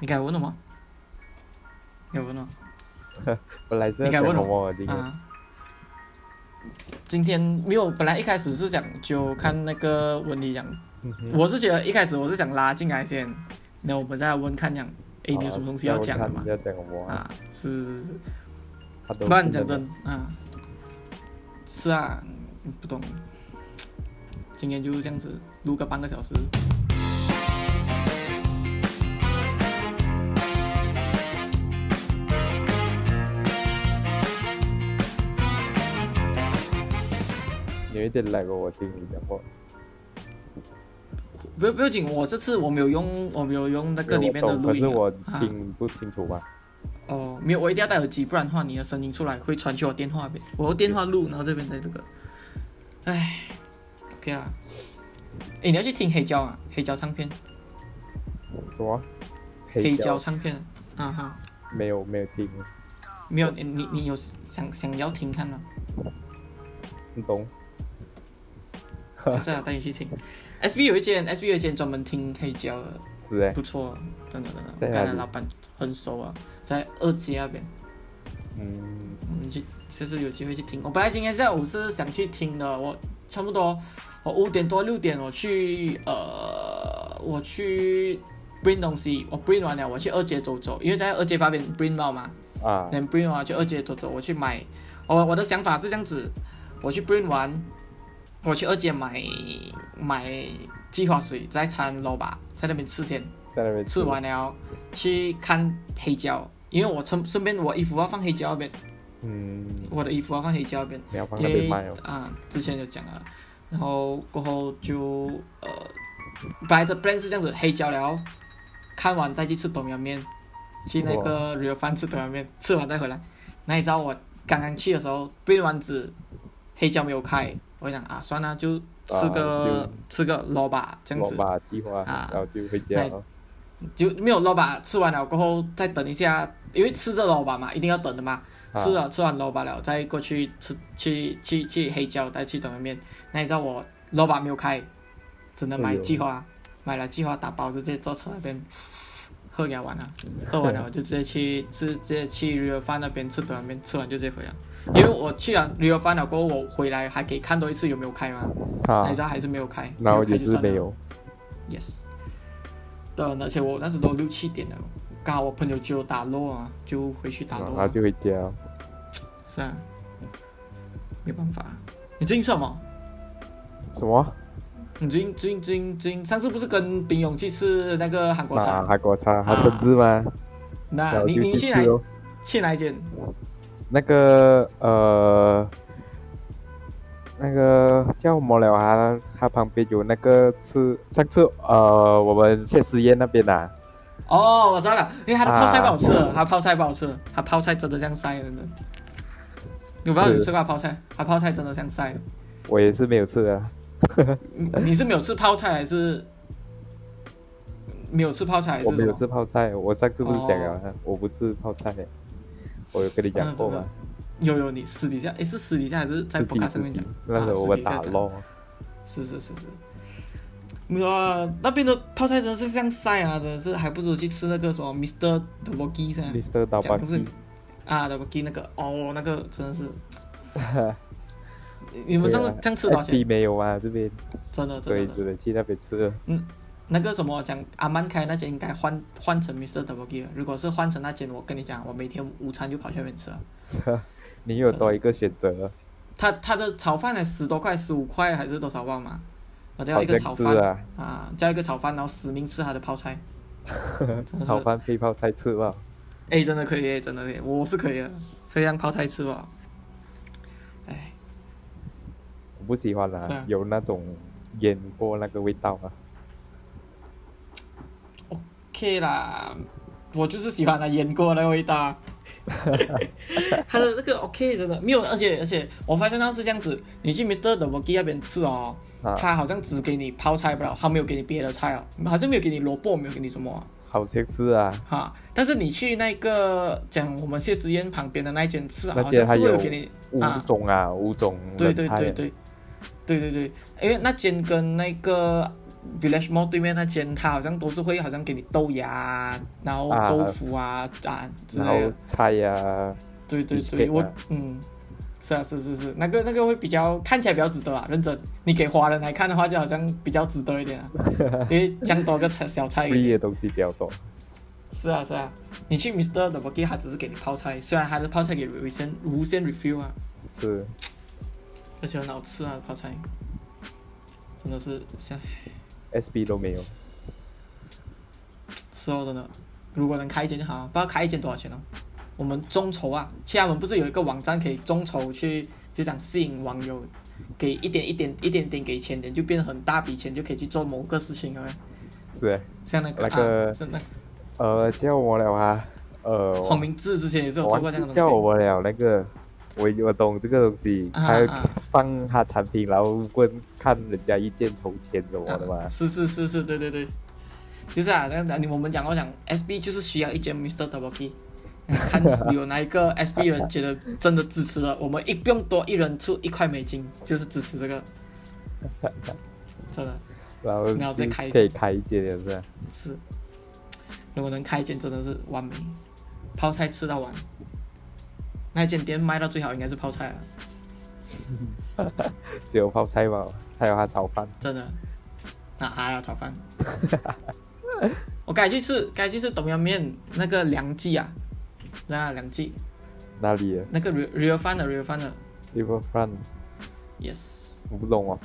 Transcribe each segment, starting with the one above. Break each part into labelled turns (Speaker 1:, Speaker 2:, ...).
Speaker 1: 你改我了吗？改我了吗。
Speaker 2: 本来是
Speaker 1: 你
Speaker 2: 要
Speaker 1: 改
Speaker 2: 讲
Speaker 1: 问
Speaker 2: 红红的今天，
Speaker 1: 啊，今天没有，本来一开始是想就看那个问题讲，
Speaker 2: 嗯哼
Speaker 1: 我是觉得一开始我是想拉进来先，然后我们再问看讲，诶，
Speaker 2: 啊
Speaker 1: 你有什么东西要讲的吗
Speaker 2: 好？要讲红红啊，
Speaker 1: 啊，是是是，
Speaker 2: 他都
Speaker 1: 不然讲真啊，是啊，不懂，今天就是这样子，录个半个小时。
Speaker 2: 有一点来过我听你讲话，
Speaker 1: 不要不要紧，我这次我没有用，我没有用那个
Speaker 2: 因为
Speaker 1: 里
Speaker 2: 我
Speaker 1: 面的
Speaker 2: 懂
Speaker 1: 录
Speaker 2: 可
Speaker 1: 音
Speaker 2: 是
Speaker 1: 啊、
Speaker 2: 我
Speaker 1: 啊
Speaker 2: 听不清楚嘛，
Speaker 1: 哦，没有，我一定要戴耳机，不然的话你的声音出来会传去我电话那边，我用电话录，然后这边再这个，唉，OK 啦。诶，你要去听黑胶啊，黑胶唱片，
Speaker 2: 什么
Speaker 1: 黑胶
Speaker 2: 胶
Speaker 1: 唱片啊哈，
Speaker 2: 没有没有听，
Speaker 1: 没有，你你你有想想要听看吗？
Speaker 2: 你懂？
Speaker 1: 就是啊，带你去听。SB 有一间，SB 有一间专门听黑胶的，
Speaker 2: 是哎，
Speaker 1: 不错，啊真的真的，
Speaker 2: 在
Speaker 1: 我
Speaker 2: 哪
Speaker 1: 跟
Speaker 2: 里
Speaker 1: 那老板很熟啊，在二街那边。
Speaker 2: 嗯，
Speaker 1: 我们去，就是有机会去听。我本来今天下午是想去听的，我差不多，我五点多六点我去呃，我去 bring 东西，我 bring 完了，我去二街走走，因为在二街旁边 bring 到嘛，
Speaker 2: 啊，
Speaker 1: 等 bring 完去二街走走，我去买。我我的想法是这样子，我去 bring 完，我去二街买买计划水，再掺捞吧，在那边吃先。
Speaker 2: 在那边
Speaker 1: 吃完了去看黑胶，因为我顺顺便我衣服要放黑胶那边，
Speaker 2: 嗯，
Speaker 1: 我的衣服要啊放黑胶那边。
Speaker 2: 你要放
Speaker 1: 因
Speaker 2: 那
Speaker 1: 为
Speaker 2: 边卖哦，
Speaker 1: 啊，之前有讲了，然后过后就呃，本来的 plan 是这样子，黑胶了，看完再去吃tom yum 面，去那个 real 饭吃 tom yum 面，吃完再回来。那一招我刚刚去的时候，背完纸，黑胶没有开，我想啊，算了，就吃个、
Speaker 2: 啊
Speaker 1: 吃个萝卜这样
Speaker 2: 我
Speaker 1: 子，
Speaker 2: 把计划，
Speaker 1: 啊
Speaker 2: 然后就回家哦
Speaker 1: 那
Speaker 2: 了，
Speaker 1: 就没有萝卜，吃完了过后再等一下，因为吃着萝卜嘛，一定要等的嘛。
Speaker 2: 啊
Speaker 1: 吃了吃完萝卜了，再过去吃去去去黑椒，再去短面面。那你知道我萝卜没有开，只能
Speaker 2: 哎
Speaker 1: 买
Speaker 2: 呦
Speaker 1: 计划，买了计划打包直接坐车那边喝给他玩 了，喝完了我就直接去直直接去旅游饭那边吃短面，吃完就直接回来。因为我去了旅游饭了过后，我回来还可以看多一次有没有开嘛，那
Speaker 2: 啊
Speaker 1: 你知，道还是没有开，
Speaker 2: 然后
Speaker 1: 没有
Speaker 2: 也
Speaker 1: 开就是算了
Speaker 2: 没有，
Speaker 1: Yes。但而且我那时都六七点了，刚好我朋友就打落啊，就回去打
Speaker 2: 然
Speaker 1: 落、
Speaker 2: 后就回家哦了，
Speaker 1: 是啊，没办法。你最近吃什么？
Speaker 2: 什么？
Speaker 1: 你最近最近最近最近上次不是跟冰勇去吃那个韩国
Speaker 2: 那
Speaker 1: 餐？
Speaker 2: 韩国餐，他
Speaker 1: 啊
Speaker 2: 甚至吗？然
Speaker 1: 那
Speaker 2: 后
Speaker 1: 你
Speaker 2: 就
Speaker 1: 你
Speaker 2: 去
Speaker 1: 去
Speaker 2: 吃
Speaker 1: 哪
Speaker 2: 咯
Speaker 1: 去哪一间？
Speaker 2: 那个呃，那个叫什么了啊？它旁边有那个吃，上次呃我们谢师宴那边啊，
Speaker 1: 哦，我知道了，因为他的
Speaker 2: 啊
Speaker 1: 泡菜不好吃，他泡菜不好吃，他泡菜真的像晒的，真的。你不知道你
Speaker 2: 是
Speaker 1: 吃过他泡菜？他泡菜真的像晒。
Speaker 2: 我也是没有吃的啊，
Speaker 1: 你你是没有吃泡菜还是没有吃泡菜还
Speaker 2: 我
Speaker 1: 是
Speaker 2: 没
Speaker 1: 什
Speaker 2: 有
Speaker 1: 么？
Speaker 2: 吃泡菜，我上次不是讲了啊、我不吃泡菜的，我有跟你讲过吗？
Speaker 1: 有有，你私底下诶，是私底下还啊是在
Speaker 2: 是
Speaker 1: 博
Speaker 2: 第
Speaker 1: 客
Speaker 2: 一
Speaker 1: 上面讲？
Speaker 2: 那时
Speaker 1: 啊
Speaker 2: 候
Speaker 1: 私
Speaker 2: 我们
Speaker 1: 底下
Speaker 2: 打
Speaker 1: 讲
Speaker 2: 咯，
Speaker 1: 是是是是，没有啊，那边的泡菜真的是像晒啊，真的是还不如去吃那个什么 Mister d o b o g i 噻，
Speaker 2: Mr.
Speaker 1: 嗯
Speaker 2: 刀
Speaker 1: 讲
Speaker 2: 疤
Speaker 1: 的是啊 d o b o g i 那个哦，那个真的 是，你你们上次这样吃多少
Speaker 2: SB
Speaker 1: 钱？
Speaker 2: 没有啊这边，
Speaker 1: 真的
Speaker 2: 所以
Speaker 1: 真的
Speaker 2: 只能去那边吃了。
Speaker 1: 那个什么讲阿曼开那间应该换换成 Mister d o b o g i 了，如果是换成那间，我跟你讲，我每天午餐就跑去那边吃了。
Speaker 2: 你有多一个选择，
Speaker 1: 他他的炒饭才十多块，十五块还是多少忘嘛？我叫
Speaker 2: 好
Speaker 1: 一个
Speaker 2: 像
Speaker 1: 炒
Speaker 2: 是
Speaker 1: 饭
Speaker 2: 啊，
Speaker 1: 啊，叫一个炒饭，然后死命吃他的泡菜。真的是
Speaker 2: 炒饭配泡菜吃吧。
Speaker 1: 哎，真的可以，哎真的可以，我是可以的，可以让泡菜吃吧。哎，
Speaker 2: 我不喜欢啦、
Speaker 1: 是啊
Speaker 2: 有那种腌过那个味道啊。
Speaker 1: 可以啦，我就是喜欢它腌过那个味 道。它的那个 OK 真的没有，而且而且我发现到是这样子，你去 Mr. d o b o g i 那边吃哦，
Speaker 2: 啊
Speaker 1: 他好像只给你泡菜不了，他没有给你别的菜哦，好像没有给你萝卜，没有给你什么啊、
Speaker 2: 好像是啊，
Speaker 1: 哈，但是你去那个讲我们谢师宴旁边的那一间吃啊，
Speaker 2: 那
Speaker 1: 好
Speaker 2: 间
Speaker 1: 像
Speaker 2: 还
Speaker 1: 是会
Speaker 2: 有
Speaker 1: 有给你
Speaker 2: 五
Speaker 1: 啊，
Speaker 2: 种啊，五种
Speaker 1: 对
Speaker 2: 冷
Speaker 1: 对哎
Speaker 2: 菜
Speaker 1: 对对，对对对，因为那间跟那个 Village Mall 对面那间，它好像都是会好像给你豆芽啊，然后
Speaker 2: 啊
Speaker 1: 豆腐啊啊之
Speaker 2: 然
Speaker 1: 类
Speaker 2: 后
Speaker 1: 的。
Speaker 2: 菜啊呀，
Speaker 1: 对对对，
Speaker 2: biscuit
Speaker 1: 我
Speaker 2: 啊
Speaker 1: 嗯，是啊是是是，那个那个会比较看起来比较值得啊，认真。你给华人来看的话，就好像比较值得一 点啊，因为将多个小小菜给你。
Speaker 2: free 的东西比较多。
Speaker 1: 是啊是啊，你去 Mr. The b o g 他只是给你泡菜，虽然他的泡菜给你无限无限 refill 啊，
Speaker 2: 是，
Speaker 1: 而且很好吃啊，泡菜真的是像
Speaker 2: SB 都没有，
Speaker 1: 是哦，真的，如果能开一间就好啊，不知道开一间多少钱哦。我们众筹啊，去他们不是有一个网站可以众筹去，就讲吸引网友给一点一点一点点给钱，点就变很大笔钱，就可以去做某个事情了。
Speaker 2: 是欸
Speaker 1: 像那个、
Speaker 2: 那个
Speaker 1: 啊，像那
Speaker 2: 呃，叫我了啊，呃，我
Speaker 1: 黄明志之前也是有
Speaker 2: 我
Speaker 1: 做
Speaker 2: 忘
Speaker 1: 过这
Speaker 2: 记
Speaker 1: 样的
Speaker 2: 叫
Speaker 1: 东西。
Speaker 2: 我了那个，我我懂这个东西，
Speaker 1: 啊
Speaker 2: 他
Speaker 1: 啊
Speaker 2: 放他产品，然后问看人家意见筹钱什么的嘛。
Speaker 1: 是是是是，对对对，就是啊，那那你我们讲过讲，SB 就是需要一间 Mr. d o b o k i 看有哪一个 SB 人觉得真的支持了，我们一不用多，一人出一块美金，就是支持这个，真的
Speaker 2: 然后
Speaker 1: 然后再
Speaker 2: 就
Speaker 1: 开一
Speaker 2: 可以开一间也是啊，
Speaker 1: 是，如果能开一间真的是完美，泡菜吃到完，那一间店卖到最好应该是泡菜了，
Speaker 2: 只有泡菜嘛，还有他炒饭，
Speaker 1: 真的，那还要炒 饭。我该去吃，该去吃董阳面那个凉记啊，那凉记
Speaker 2: 那里的
Speaker 1: 那个 real real fan 的 real fan 的
Speaker 2: river front
Speaker 1: ，yes，
Speaker 2: 我不懂哦，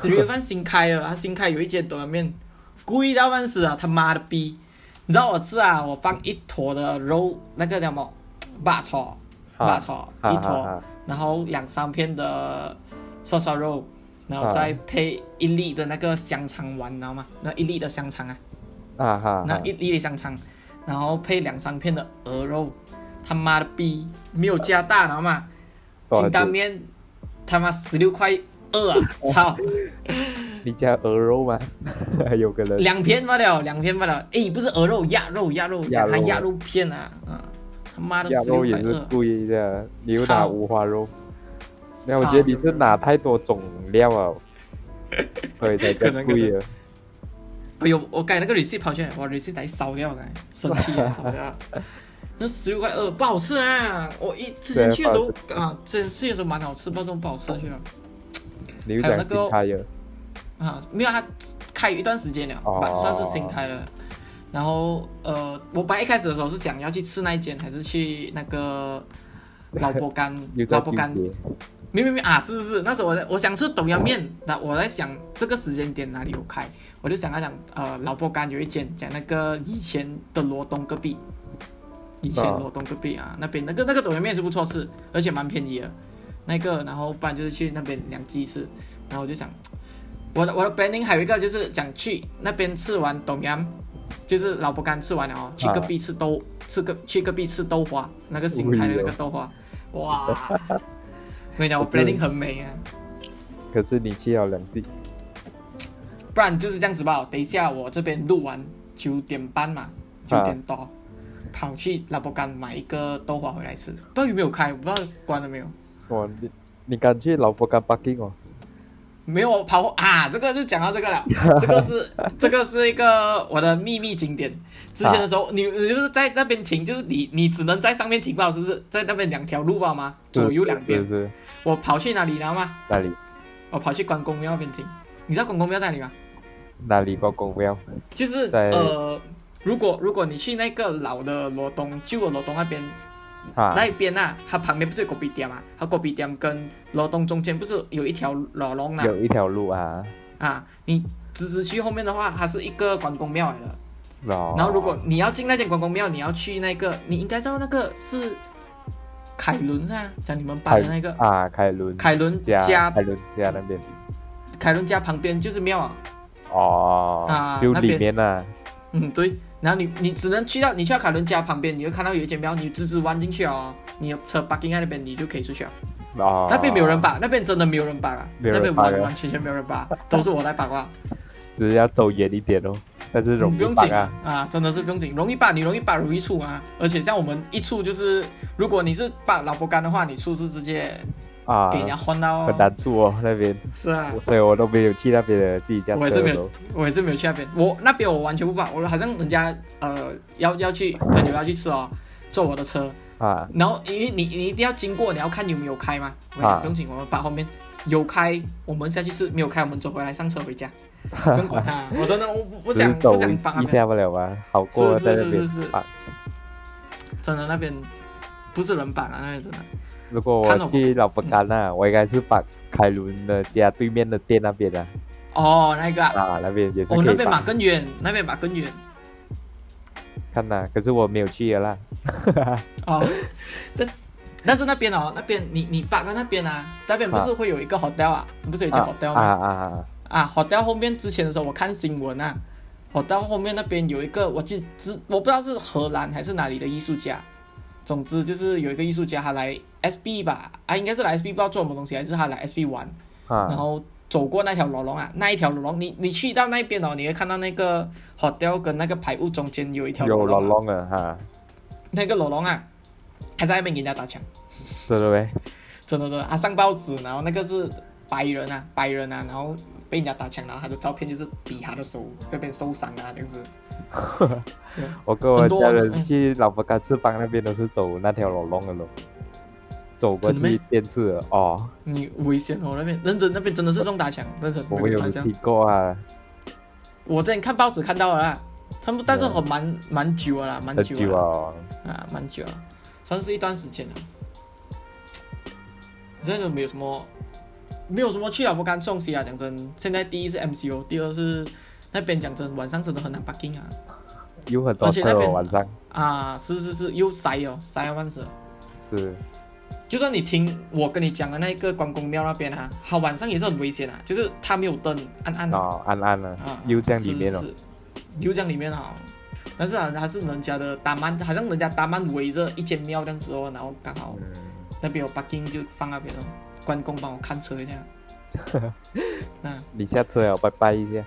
Speaker 1: 是 real fan 新开的，他新开有一间短面，贵到半死啊，他妈的逼！你知道我吃啊，我放一坨的肉，那个叫什么？八草，八
Speaker 2: 哈
Speaker 1: 草一
Speaker 2: 哈
Speaker 1: 坨，
Speaker 2: 哈
Speaker 1: 然后两三片的涮烧肉，然后
Speaker 2: 啊
Speaker 1: 再配一粒的那个香肠丸，你知道吗？那一粒的香肠啊，
Speaker 2: 哈哈
Speaker 1: 那
Speaker 2: 哈，
Speaker 1: 一粒的香肠，然后配两三片的鹅肉，他妈的逼，没有加大，然后嘛。
Speaker 2: 多少
Speaker 1: 清汤
Speaker 2: 钱
Speaker 1: 面他妈十六块 二啊！操，
Speaker 2: 你加鹅肉 吗？有可能
Speaker 1: 两片罢了，两片罢了。诶，不是鹅肉，鸭肉，鸭肉，
Speaker 2: 鸭
Speaker 1: 讲
Speaker 2: 肉
Speaker 1: 它鸭肉片啊，啊，他妈的
Speaker 2: 鸭
Speaker 1: 十
Speaker 2: 肉
Speaker 1: 六
Speaker 2: 也
Speaker 1: 块
Speaker 2: 是
Speaker 1: 二，
Speaker 2: 故意的，你又拿
Speaker 1: 操
Speaker 2: 五花肉，那我觉得你是拿太多种料了，所以才
Speaker 1: 可
Speaker 2: 这
Speaker 1: 能
Speaker 2: 样故意的。
Speaker 1: 哎呦，我改那个 receipt 跑出来，我 receipt 得烧掉了，生气啊，烧掉 了。那十六块二不好吃啊！我一之前去的时候啊，之前去的时候蛮好吃，不知道怎么不好吃去了
Speaker 2: 你又
Speaker 1: 还有
Speaker 2: 讲
Speaker 1: 那个
Speaker 2: 新开的，
Speaker 1: 啊。没有，它开一段时间了，
Speaker 2: 哦
Speaker 1: 把算是新开了。然后呃，我本来一开始的时候是想要去吃那一间，还是去那个老伯干
Speaker 2: 又在
Speaker 1: 老伯
Speaker 2: 纠
Speaker 1: 干
Speaker 2: 结。
Speaker 1: 没没没啊，是是是，那时候我在我想吃董阳面，那我在想这个时间点哪里有开，我就想要讲呃，老伯干有一间讲那个以前的罗东隔壁，以前
Speaker 2: 啊
Speaker 1: 罗东隔壁啊，那边那个那个董阳面是不错吃，而且蛮便宜的，那个然后不然就是去那边两鸡吃，然后我就想，我的我的 planning 还有一个就是讲去那边吃完董阳，就是老伯干吃完了哦，去
Speaker 2: 啊
Speaker 1: 隔壁吃豆、吃个去隔壁吃豆花，那个新开的那个豆花，哇！我跟你讲，我 planning 很美啊，
Speaker 2: 可是你去了两季，
Speaker 1: 不然就是这样子吧。等一下我这边录完九点半嘛，九点多、跑去拉伯干买一个豆花回来吃，不知道有没有开，我不知道关了没有。
Speaker 2: 哇，你你敢去老婆干 parking 哦？
Speaker 1: 没有我跑啊，这个就讲到这个了。这个是这个是一个我的秘密景点。之前的时候，你你就是在那边停，就是你你只能在上面停吧，是不是？在那边两条路吧吗？左右两边
Speaker 2: 是。是是
Speaker 1: 我跑去哪里了吗？
Speaker 2: 哪里
Speaker 1: 我跑去关公庙那边停。你知道关公庙在哪里吗？
Speaker 2: 哪里公公庙？
Speaker 1: 就是
Speaker 2: 在
Speaker 1: 呃，如果如果你去那个老的罗东旧的罗东那边、
Speaker 2: 哈，
Speaker 1: 那一边啊，它旁边不是有狗鼻店嘛？它狗鼻店跟罗东中间不是有一条老龙啊？
Speaker 2: 有一条路啊，
Speaker 1: 啊，你直直去后面的话，它是一个关公庙来的。
Speaker 2: 然
Speaker 1: 然后如果你要进那间关公庙，你要去那个，你应该知道那个是凯伦啊，讲你们班的那个
Speaker 2: 啊凯伦
Speaker 1: 凯伦
Speaker 2: 家
Speaker 1: 家，
Speaker 2: 凯伦家那边
Speaker 1: 凯伦家旁边就是庙啊。
Speaker 2: 哦
Speaker 1: 啊，
Speaker 2: 就
Speaker 1: 那
Speaker 2: 里
Speaker 1: 边
Speaker 2: 面啊，
Speaker 1: 嗯，对。然后你你只能去到你去到凯伦家旁边，你会看到有一间庙，你直直弯进去哦，你的车 parking 在那边，你就可以出去了。
Speaker 2: 哦，
Speaker 1: 那边没有人，把，那边真的没有人把啊，
Speaker 2: 没有
Speaker 1: 那
Speaker 2: 人
Speaker 1: 边
Speaker 2: 把
Speaker 1: 完
Speaker 2: 的
Speaker 1: 完全全没有人把，都是我在把挂。
Speaker 2: 只是要走远一点哦，但是容
Speaker 1: 不
Speaker 2: 易
Speaker 1: 用
Speaker 2: 绑
Speaker 1: 紧
Speaker 2: 啊，
Speaker 1: 真的是不用紧，容易把你容易把容易出啊，而且像我们一出就是，如果你是把老婆干的话，你出是直接
Speaker 2: 啊
Speaker 1: 给，人家换到
Speaker 2: 很难住哦那边，
Speaker 1: 是啊，
Speaker 2: 我所以我都没有去那边的自己驾
Speaker 1: 我也
Speaker 2: 车
Speaker 1: 是没
Speaker 2: 都
Speaker 1: 有。我也是没有去那边，我那边我完全不怕，我好像人家呃要要去朋友要去吃哦，坐我的车，
Speaker 2: 啊
Speaker 1: 然后因为你你一定要经过，你要看有没有开嘛，我讲
Speaker 2: 啊
Speaker 1: 不用紧，我们把后面有开我们下去吃，没有开我们走回来上车回家，不用管 他，我真的我不不
Speaker 2: 只是
Speaker 1: 想
Speaker 2: 走
Speaker 1: 不想帮他
Speaker 2: 一
Speaker 1: 们。
Speaker 2: 下不了吗？好
Speaker 1: 是
Speaker 2: 过
Speaker 1: 是
Speaker 2: 在那边
Speaker 1: 是是是
Speaker 2: 啊。
Speaker 1: 真的那边不是人板啊，那边真的
Speaker 2: 如果
Speaker 1: 看到
Speaker 2: 我
Speaker 1: 我
Speaker 2: 去老本干那，我应该是把凯伦的家对面的店那边的
Speaker 1: 哦，那个啊，
Speaker 2: 啊，那边也是
Speaker 1: 哦
Speaker 2: 可
Speaker 1: 那
Speaker 2: 以
Speaker 1: 边
Speaker 2: 把
Speaker 1: 嘛更远，那边嘛更远
Speaker 2: 看呐。可是我没有去了啦。
Speaker 1: 哦，但但是那边哦，那边你你爸跟那边啊，那边不是会有一个 hotel 啊，不是有一家
Speaker 2: 啊
Speaker 1: hotel
Speaker 2: 啊
Speaker 1: 吗？
Speaker 2: 啊啊！
Speaker 1: 啊，hotel 后面之前的时候，我看新闻啊，hotel 后面那边有一个，我记知我不知道是荷兰还是哪里的艺术家，总之就是有一个艺术家，他来 SB 吧，啊，应该是来 SB 不知道做什么东西，还是他来 SB 玩，然
Speaker 2: 啊
Speaker 1: 后走过那条牢笼啊，那一条牢笼，你你去到那边哦，你会看到那个 hotel 跟那个排屋中间有一条
Speaker 2: 有
Speaker 1: 牢
Speaker 2: 老
Speaker 1: 笼啊、
Speaker 2: long 了哈，
Speaker 1: 那个牢笼啊，他在那边给人家打枪。
Speaker 2: 真的呗？
Speaker 1: 真的真的，他上报纸，然后那个是白人啊，白人啊，然后被人家打枪，然后他的照片就是比他的手那边受伤啊，这样子。
Speaker 2: 我跟我
Speaker 1: 很多
Speaker 2: 家
Speaker 1: 嗯
Speaker 2: 人去老本干翅膀那边都是走那条老 long 的路，走过
Speaker 1: 真的
Speaker 2: 去
Speaker 1: 咩
Speaker 2: 电视了哦，
Speaker 1: 你危险哦，那边认真那边真的是中打枪，认真。
Speaker 2: 我
Speaker 1: 没
Speaker 2: 没有
Speaker 1: 开玩笑
Speaker 2: 听过啊，
Speaker 1: 我之前看报纸看到了啦，他们但是
Speaker 2: 哦
Speaker 1: 很蛮蛮久了啦，蛮
Speaker 2: 很
Speaker 1: 久
Speaker 2: 久
Speaker 1: 了啦
Speaker 2: 啊，
Speaker 1: 啊，蛮久了，算是一段时间了。现在都没有什么，没有什么去了不干东西啊，讲真，现在第一是 MCO，第二是那边讲真，晚上真的很难 parking 啊。
Speaker 2: 有很多
Speaker 1: 而且那
Speaker 2: 车哦
Speaker 1: 边
Speaker 2: 晚上
Speaker 1: 啊，是是是，又塞哦，塞到半死了。
Speaker 2: 是
Speaker 1: 就算你听我跟你讲的那个关公庙那边啊，它晚上也是很危险啊，就是它没有灯，暗暗的、
Speaker 2: 哦暗暗的
Speaker 1: 嗯啊，，
Speaker 2: 又这样里面
Speaker 1: 了
Speaker 2: 哦，，
Speaker 1: 又这样里面啊。但是啊，它是人家的达曼，好像人家达曼围着一间庙这样子哦，然后刚好
Speaker 2: 嗯。
Speaker 1: 那边有 parking 就放那边哦，关公帮我看车一下， 嗯，
Speaker 2: 你下车了，拜拜一下。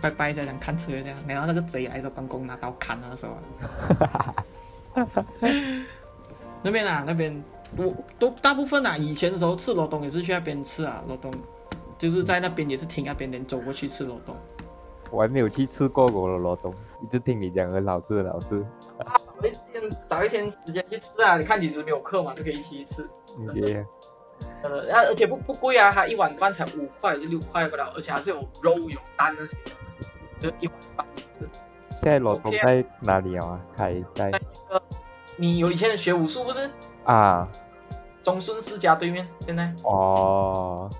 Speaker 1: 拜拜一下，想看车一下，然后那个贼来着，关公拿刀砍他的时候啊，那边啊，那边我都大部分啊，以前的时候吃罗东也是去那边吃啊，罗东就是在那边也是停那边，连走过去吃罗东。
Speaker 2: 我还没有去吃过我的罗东，一直听你讲很好吃很好吃。
Speaker 1: 找一天找一天时间去吃啊，你看你是没有课嘛，就可以一起吃。啊
Speaker 2: 你
Speaker 1: 真
Speaker 2: 也
Speaker 1: 真的，啊而且不不贵啊，它一碗饭才五块还是六块不了，而且还是有肉有蛋那些的，就一碗饭也是。
Speaker 2: 现在罗东在哪里啊？开在
Speaker 1: 在那个你有以前学武术不是？
Speaker 2: 啊
Speaker 1: 中顺世家对面，现在
Speaker 2: 哦，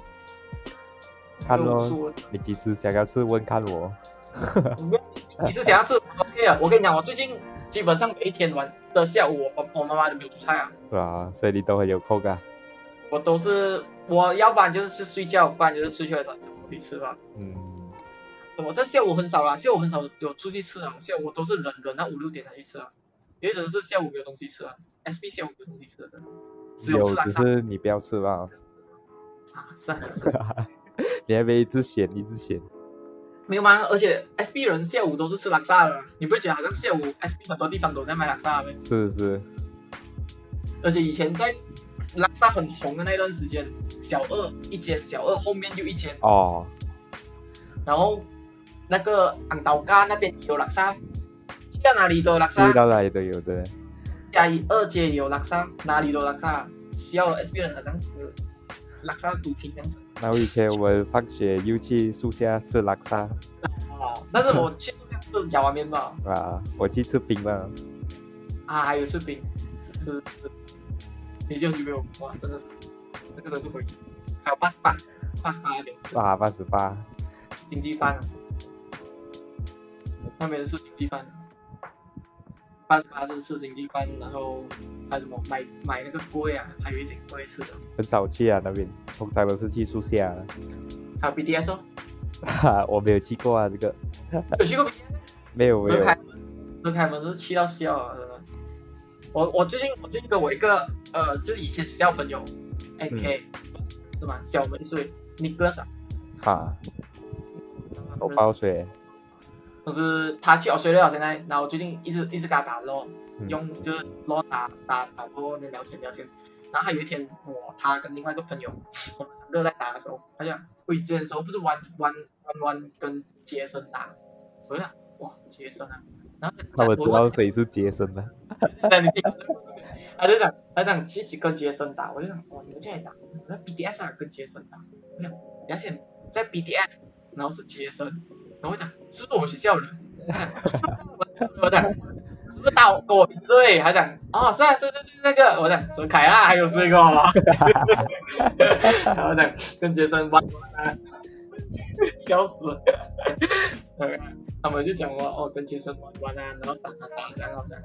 Speaker 2: 看
Speaker 1: 有武
Speaker 2: 咯，
Speaker 1: 术。
Speaker 2: 你几时想要去问看我？
Speaker 1: 你你是想要吃 OK 啊？我跟你讲，我最近基本上每一天晚的下午，我我我妈妈都没有煮菜啊，
Speaker 2: 是吧？所以你都很有空啊。
Speaker 1: 我都是我要不然就是去睡觉，不然就是出去找找东西吃吧。
Speaker 2: 嗯，
Speaker 1: 我但下午很少啦，下午很少有出去吃啊，下午我都是忍忍到五六点才去吃啊，有一种是下午没有东西吃啊，SB 下午没有东西吃的，只有
Speaker 2: 有
Speaker 1: 吃啊
Speaker 2: 只是你不要吃吧，
Speaker 1: 啊是啊是啊，
Speaker 2: 你还没一直选一直选。
Speaker 1: 没有吗？而且 SB 人下午都是吃拉萨的，你不会觉得好像下午 SB 很多地方都在卖拉萨吗？
Speaker 2: 是是，
Speaker 1: 而且以前在拉萨很红的那段时间，小二一间，小二后面又一间，
Speaker 2: 哦，
Speaker 1: 然后那个昂岛嘎那边也有拉萨，去到哪里都有拉萨
Speaker 2: 去，到哪里都有真的。
Speaker 1: 嘉义二街也有拉萨，哪里都有拉萨，需要 S B 人好像是拉萨毒品这样子。
Speaker 2: 那我以前我们放学又去树下吃拉萨
Speaker 1: 哦，但是我去这样吃夹完面包
Speaker 2: 啊，我去吃冰棒。
Speaker 1: 啊，还有吃饼，是是，你就有没有哇？真的是，那个都是回忆。还有 pass 八，pass 八点。
Speaker 2: 啊，八十八，
Speaker 1: 经济饭啊，那边是经济饭，八十八是吃经济饭，然后还有什么买买那个龟啊，还有一点龟吃的，
Speaker 2: 很少去啊那边，通常都是去树下的。
Speaker 1: 还有 BTS 哦，
Speaker 2: 哈， 我没有去过啊，这个
Speaker 1: 有去过 BTS？
Speaker 2: 没有没
Speaker 1: 这
Speaker 2: 有
Speaker 1: 开门，这开门是去到笑啊，真的。我我最近我最近跟我一个呃，就是以前学校朋友，A K、是吗？小我们一岁，Nicholas 啊，
Speaker 2: 哈，我泡水，
Speaker 1: 就是他去澳洲了，现在，然后我最近一直一直跟他打咯。
Speaker 2: 嗯
Speaker 1: 用就是 l 打打打过那聊天聊天，然后他有一天，我他跟另外一个朋友，我们三个在打的时候，他讲，喂，之前的时候不是弯弯弯弯跟杰森打，我就想，哇，杰森啊，然后
Speaker 2: 那我知道
Speaker 1: 问
Speaker 2: 谁是杰森了。
Speaker 1: 那你听我的故事他就讲，他讲去去跟杰森打，我就想，哇，你们这样打，那 BDS 啊跟杰森打，我讲，而且在 BDS，然后是杰森，然后我讲，是不是我们学校人？我讲，是不是打我跟我名字？他讲，哦，是啊，是对对那个，我讲，泽凯啊，还有谁个？然后讲跟杰森玩啊，笑死了。他们就讲我哦跟杰森玩玩啊，然后打打打，然后讲。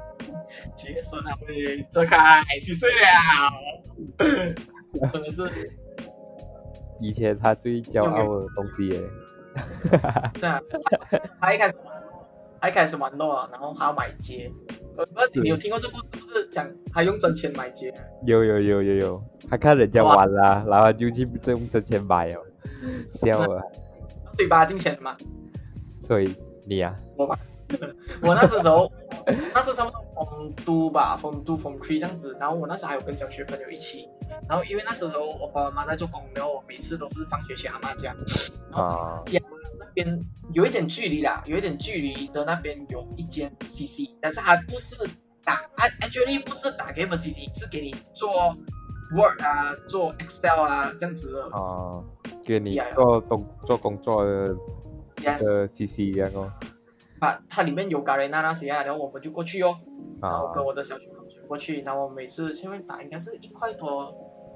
Speaker 1: 杰森啊，喂，泽凯几岁了？ 真的是
Speaker 2: 以前他最骄傲的东西耶，
Speaker 1: 这样，他他一开始玩，他一开始玩诺，然后他要买街，我不知道你有听过这故事，不是讲他用真钱买街？
Speaker 2: 有有有有有，他看人家玩啦，然后就去用真钱买哦，笑啊！
Speaker 1: 嘴巴进钱的嘛？
Speaker 2: 所以你啊，
Speaker 1: 我吧，我那时候，那时候差不多逢都吧，逢都逢 three 这样子，然后我那时候还有跟小学朋友一起，然后因为那时候我爸爸妈妈在做工，然后我每次都是放学去阿妈家，
Speaker 2: 啊
Speaker 1: 家那边有一点距离啦，有一点距离的那边有一间 CC，但是它不是打啊，actually 不是打给我们 CC，是给你做 Word 啊，做 Excel 啊这样子
Speaker 2: Ờ,
Speaker 1: 的。
Speaker 2: 啊，给你做工做工作的
Speaker 1: yes，
Speaker 2: 呃 CC 一样哦，
Speaker 1: 它它里面有 Garena 那些啊，然后我们就过去哦，然后
Speaker 2: 啊
Speaker 1: 跟我的小学同学过去，然后我每次前面打应该是一块多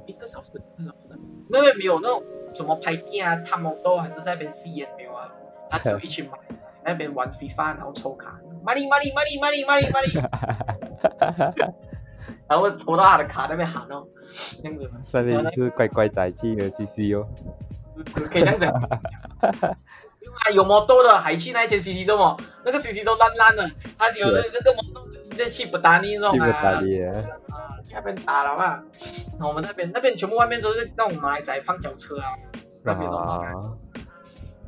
Speaker 1: 一个小时，一个小时，那边没有那种什么排店啊，他们都还是在那边吸烟没有啊，他只有一群马来人在那边玩 FIFA，然后抽卡，玛丽玛丽玛丽玛丽玛丽玛丽，然后抽到他的卡那边喊哦，这样子
Speaker 2: 算是是乖乖仔去的 CC 哦，
Speaker 1: 可以这样 讲。另外有摩豆的还去那一间 CC 做么？那个 CC 都烂烂的，他有的那个摩豆就直接去不达尼弄
Speaker 2: 去不
Speaker 1: 啊
Speaker 2: 打，你啊，
Speaker 1: 啊，去那边打了嘛。然后我们那边那边全部外面都是那种马来仔放脚车啊，那边
Speaker 2: Ờ.
Speaker 1: 都放啊。
Speaker 2: 啊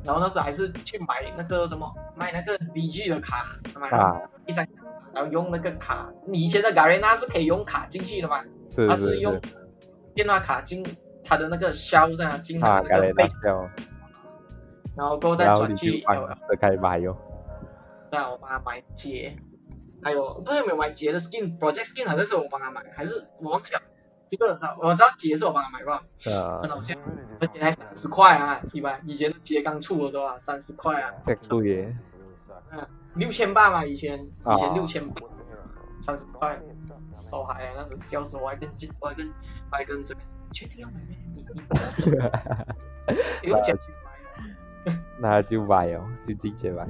Speaker 1: 然后那时候还是去买那个什么，买那个 DG 的卡，买
Speaker 2: 啊
Speaker 1: 一张，然后用那个卡。你以前的 Garena 是可以用卡进去的嘛？
Speaker 2: 是
Speaker 1: 它
Speaker 2: 是
Speaker 1: 是用
Speaker 2: 是
Speaker 1: 电话卡进它的那个 shell 上啊，进它
Speaker 2: 啊，
Speaker 1: 的
Speaker 2: 赶
Speaker 1: 那
Speaker 2: 紧
Speaker 1: 个背，
Speaker 2: 掉，
Speaker 1: 然后过后再
Speaker 2: 然后
Speaker 1: 转
Speaker 2: 你
Speaker 1: 去
Speaker 2: 就
Speaker 1: LL
Speaker 2: 帮。这开买哦，
Speaker 1: 对啊，我帮他买结，还有不知道有没有买结的 skin，project skin 还是是我帮他买，还是我忘记了。这个人知道，我知道结是我帮他买吧，
Speaker 2: 啊
Speaker 1: 很，好笑，而且还三十块啊，是吧？以前的结刚出的时候啊，三十块啊，
Speaker 2: 这对耶，
Speaker 1: 六千八嘛，以前以前
Speaker 2: 啊
Speaker 1: 六千八，三十块，手海啊，那时候笑死我，还跟我还跟我还跟这个，你确定要买咩？你你 不用讲去啊买
Speaker 2: 那就买哦，就进去买，
Speaker 1: 啊，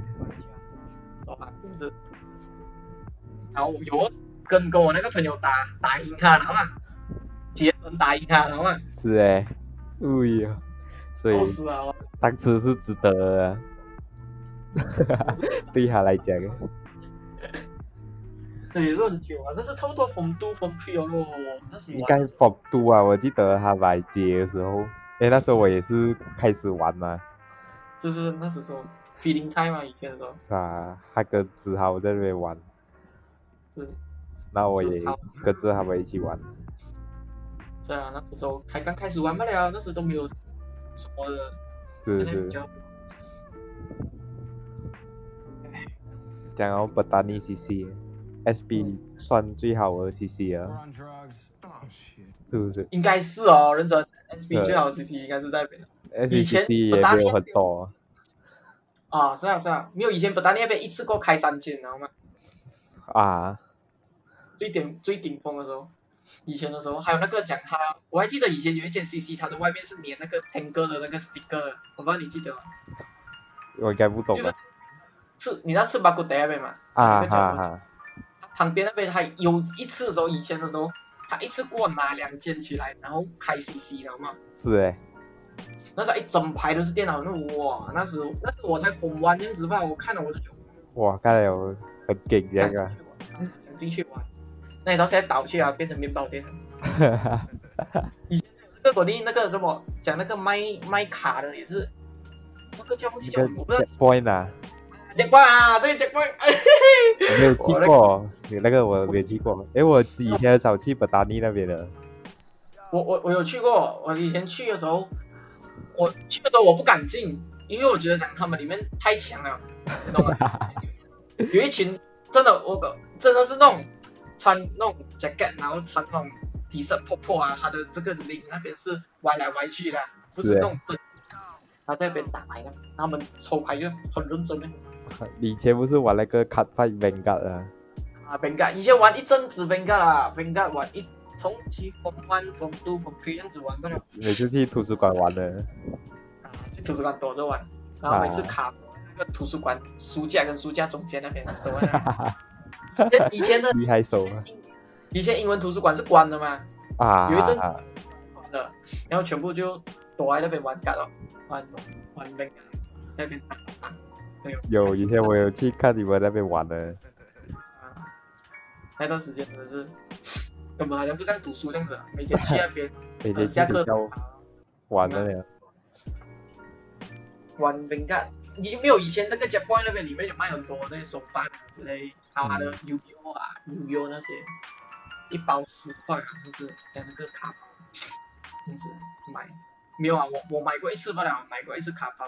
Speaker 1: 手海是不是？然后有跟跟我那个朋友打打赢他，然后嘛，杰森打赢他，然后嘛，
Speaker 2: 是哎，哎呦，所以
Speaker 1: 笑死啊了我，
Speaker 2: 当时是值得 的啊，对他来讲，
Speaker 1: 这也是很久啊，但是差不多风都风吹哦，那时候
Speaker 2: 应该仿都啊，我记得他买街的时候，诶，那时候我也是开始玩嘛，
Speaker 1: 就是那时候 feeling time 嘛，以前的时候
Speaker 2: 啊，他跟子豪在那边玩，
Speaker 1: 是。
Speaker 2: 那我也
Speaker 1: 子豪
Speaker 2: 跟着他们一起玩，
Speaker 1: 对啊，那时候才刚开始玩不了，那时候都没有什么的，
Speaker 2: 是
Speaker 1: 现在比
Speaker 2: 是，
Speaker 1: 较
Speaker 2: 讲到本达尼 CC。SB
Speaker 1: 嗯
Speaker 2: 算最好的 CC 了，
Speaker 3: on drugs. Oh shit.
Speaker 2: 是不是
Speaker 1: 应该是哦，认真
Speaker 2: 是
Speaker 1: SB 最好的时期应该是在北以前
Speaker 2: SBCC 也没有很多啊，
Speaker 1: 啊，是啊是啊，没有以前本达那边一次过开三间，然后嘛，
Speaker 2: 啊，
Speaker 1: 最顶最顶峰的时候，以前的时候还有那个讲他，我还记得以前有一间 CC，它的外面是粘那个 Tango 的那个 sticker，的我不知道你记得吗？
Speaker 2: 我应该不懂
Speaker 1: 就是
Speaker 2: 啊，
Speaker 1: 吃你知道吃巴古德那边吗？
Speaker 2: 啊
Speaker 1: 那个
Speaker 2: 哈
Speaker 1: 叫
Speaker 2: 哈，
Speaker 1: 旁边那边还有一次的时候，以前的时候，他一次过拿两间起来，然后开 CC，然后嘛。
Speaker 2: 是诶，
Speaker 1: 那时候一整排都是电脑，那哇，那时候那时候我才红完这样子吧，我看了我就觉得
Speaker 2: 哇，看来有很劲这
Speaker 1: 想
Speaker 2: 样啊，
Speaker 1: 进去玩想进去玩。那你到现在倒去啊，变成面包店了。 那果粒那个什么讲那个卖卖卡的也是，那个叫忘记
Speaker 2: 这
Speaker 1: 叫
Speaker 2: 个
Speaker 1: 什么，我不知道
Speaker 2: checkpoint 啊，
Speaker 1: 结冠啊，对结冠，哎
Speaker 2: 我没有去
Speaker 1: 我那
Speaker 2: 过，你那个我没有去过。诶，我以前很少去本达尼那边的，
Speaker 1: 我我我有去过，我以前去的时候，我去的时候我不敢进，因为我觉得讲他们里面太强了，你懂吗？
Speaker 2: 啊
Speaker 1: 有一群真的我搞真的是那种穿那种 jacket，然后穿那种底色破破啊，他的这个领那边是歪来歪去的，不
Speaker 2: 是
Speaker 1: 是
Speaker 2: 欸
Speaker 1: 那种真。他在那边打牌的，他们抽牌就很认真的
Speaker 2: 以前不是玩那个 Cut Fight Vanguard 啊？
Speaker 1: 啊 b e n g a 以前玩一阵子 b e n g a 啦 b e n g a 玩一从起 from one from two from three 这样子玩过了。
Speaker 2: 每次去图书馆玩的，
Speaker 1: 啊，去图书馆躲着玩，然后每次卡那个图书馆书架跟书架中间那边手在那
Speaker 2: 哈哈，
Speaker 1: 里。以前的
Speaker 2: 厉害 手啊！
Speaker 1: 以前英文图书馆是关的嘛，
Speaker 2: 啊，
Speaker 1: 有一阵子关的，然后全部就躲在那边玩卡了，玩玩那个那边打打。对
Speaker 2: 有以前我有去看你们那边 玩的，
Speaker 1: 啊那段时间真的是根本好像不像读书这样子啊，每天去那边
Speaker 2: 每
Speaker 1: 呃
Speaker 2: 天去
Speaker 1: 下课
Speaker 2: 学校玩的了。
Speaker 1: 玩 b e n g a 已经没有以前那个 Japan 那边里面有卖很多那些手办啊之类，还有它的 U U 啊、U U 那些，一包十块啊，就是跟那个卡包，就是买。没有啊，我我买过一次不了，买过一次卡包，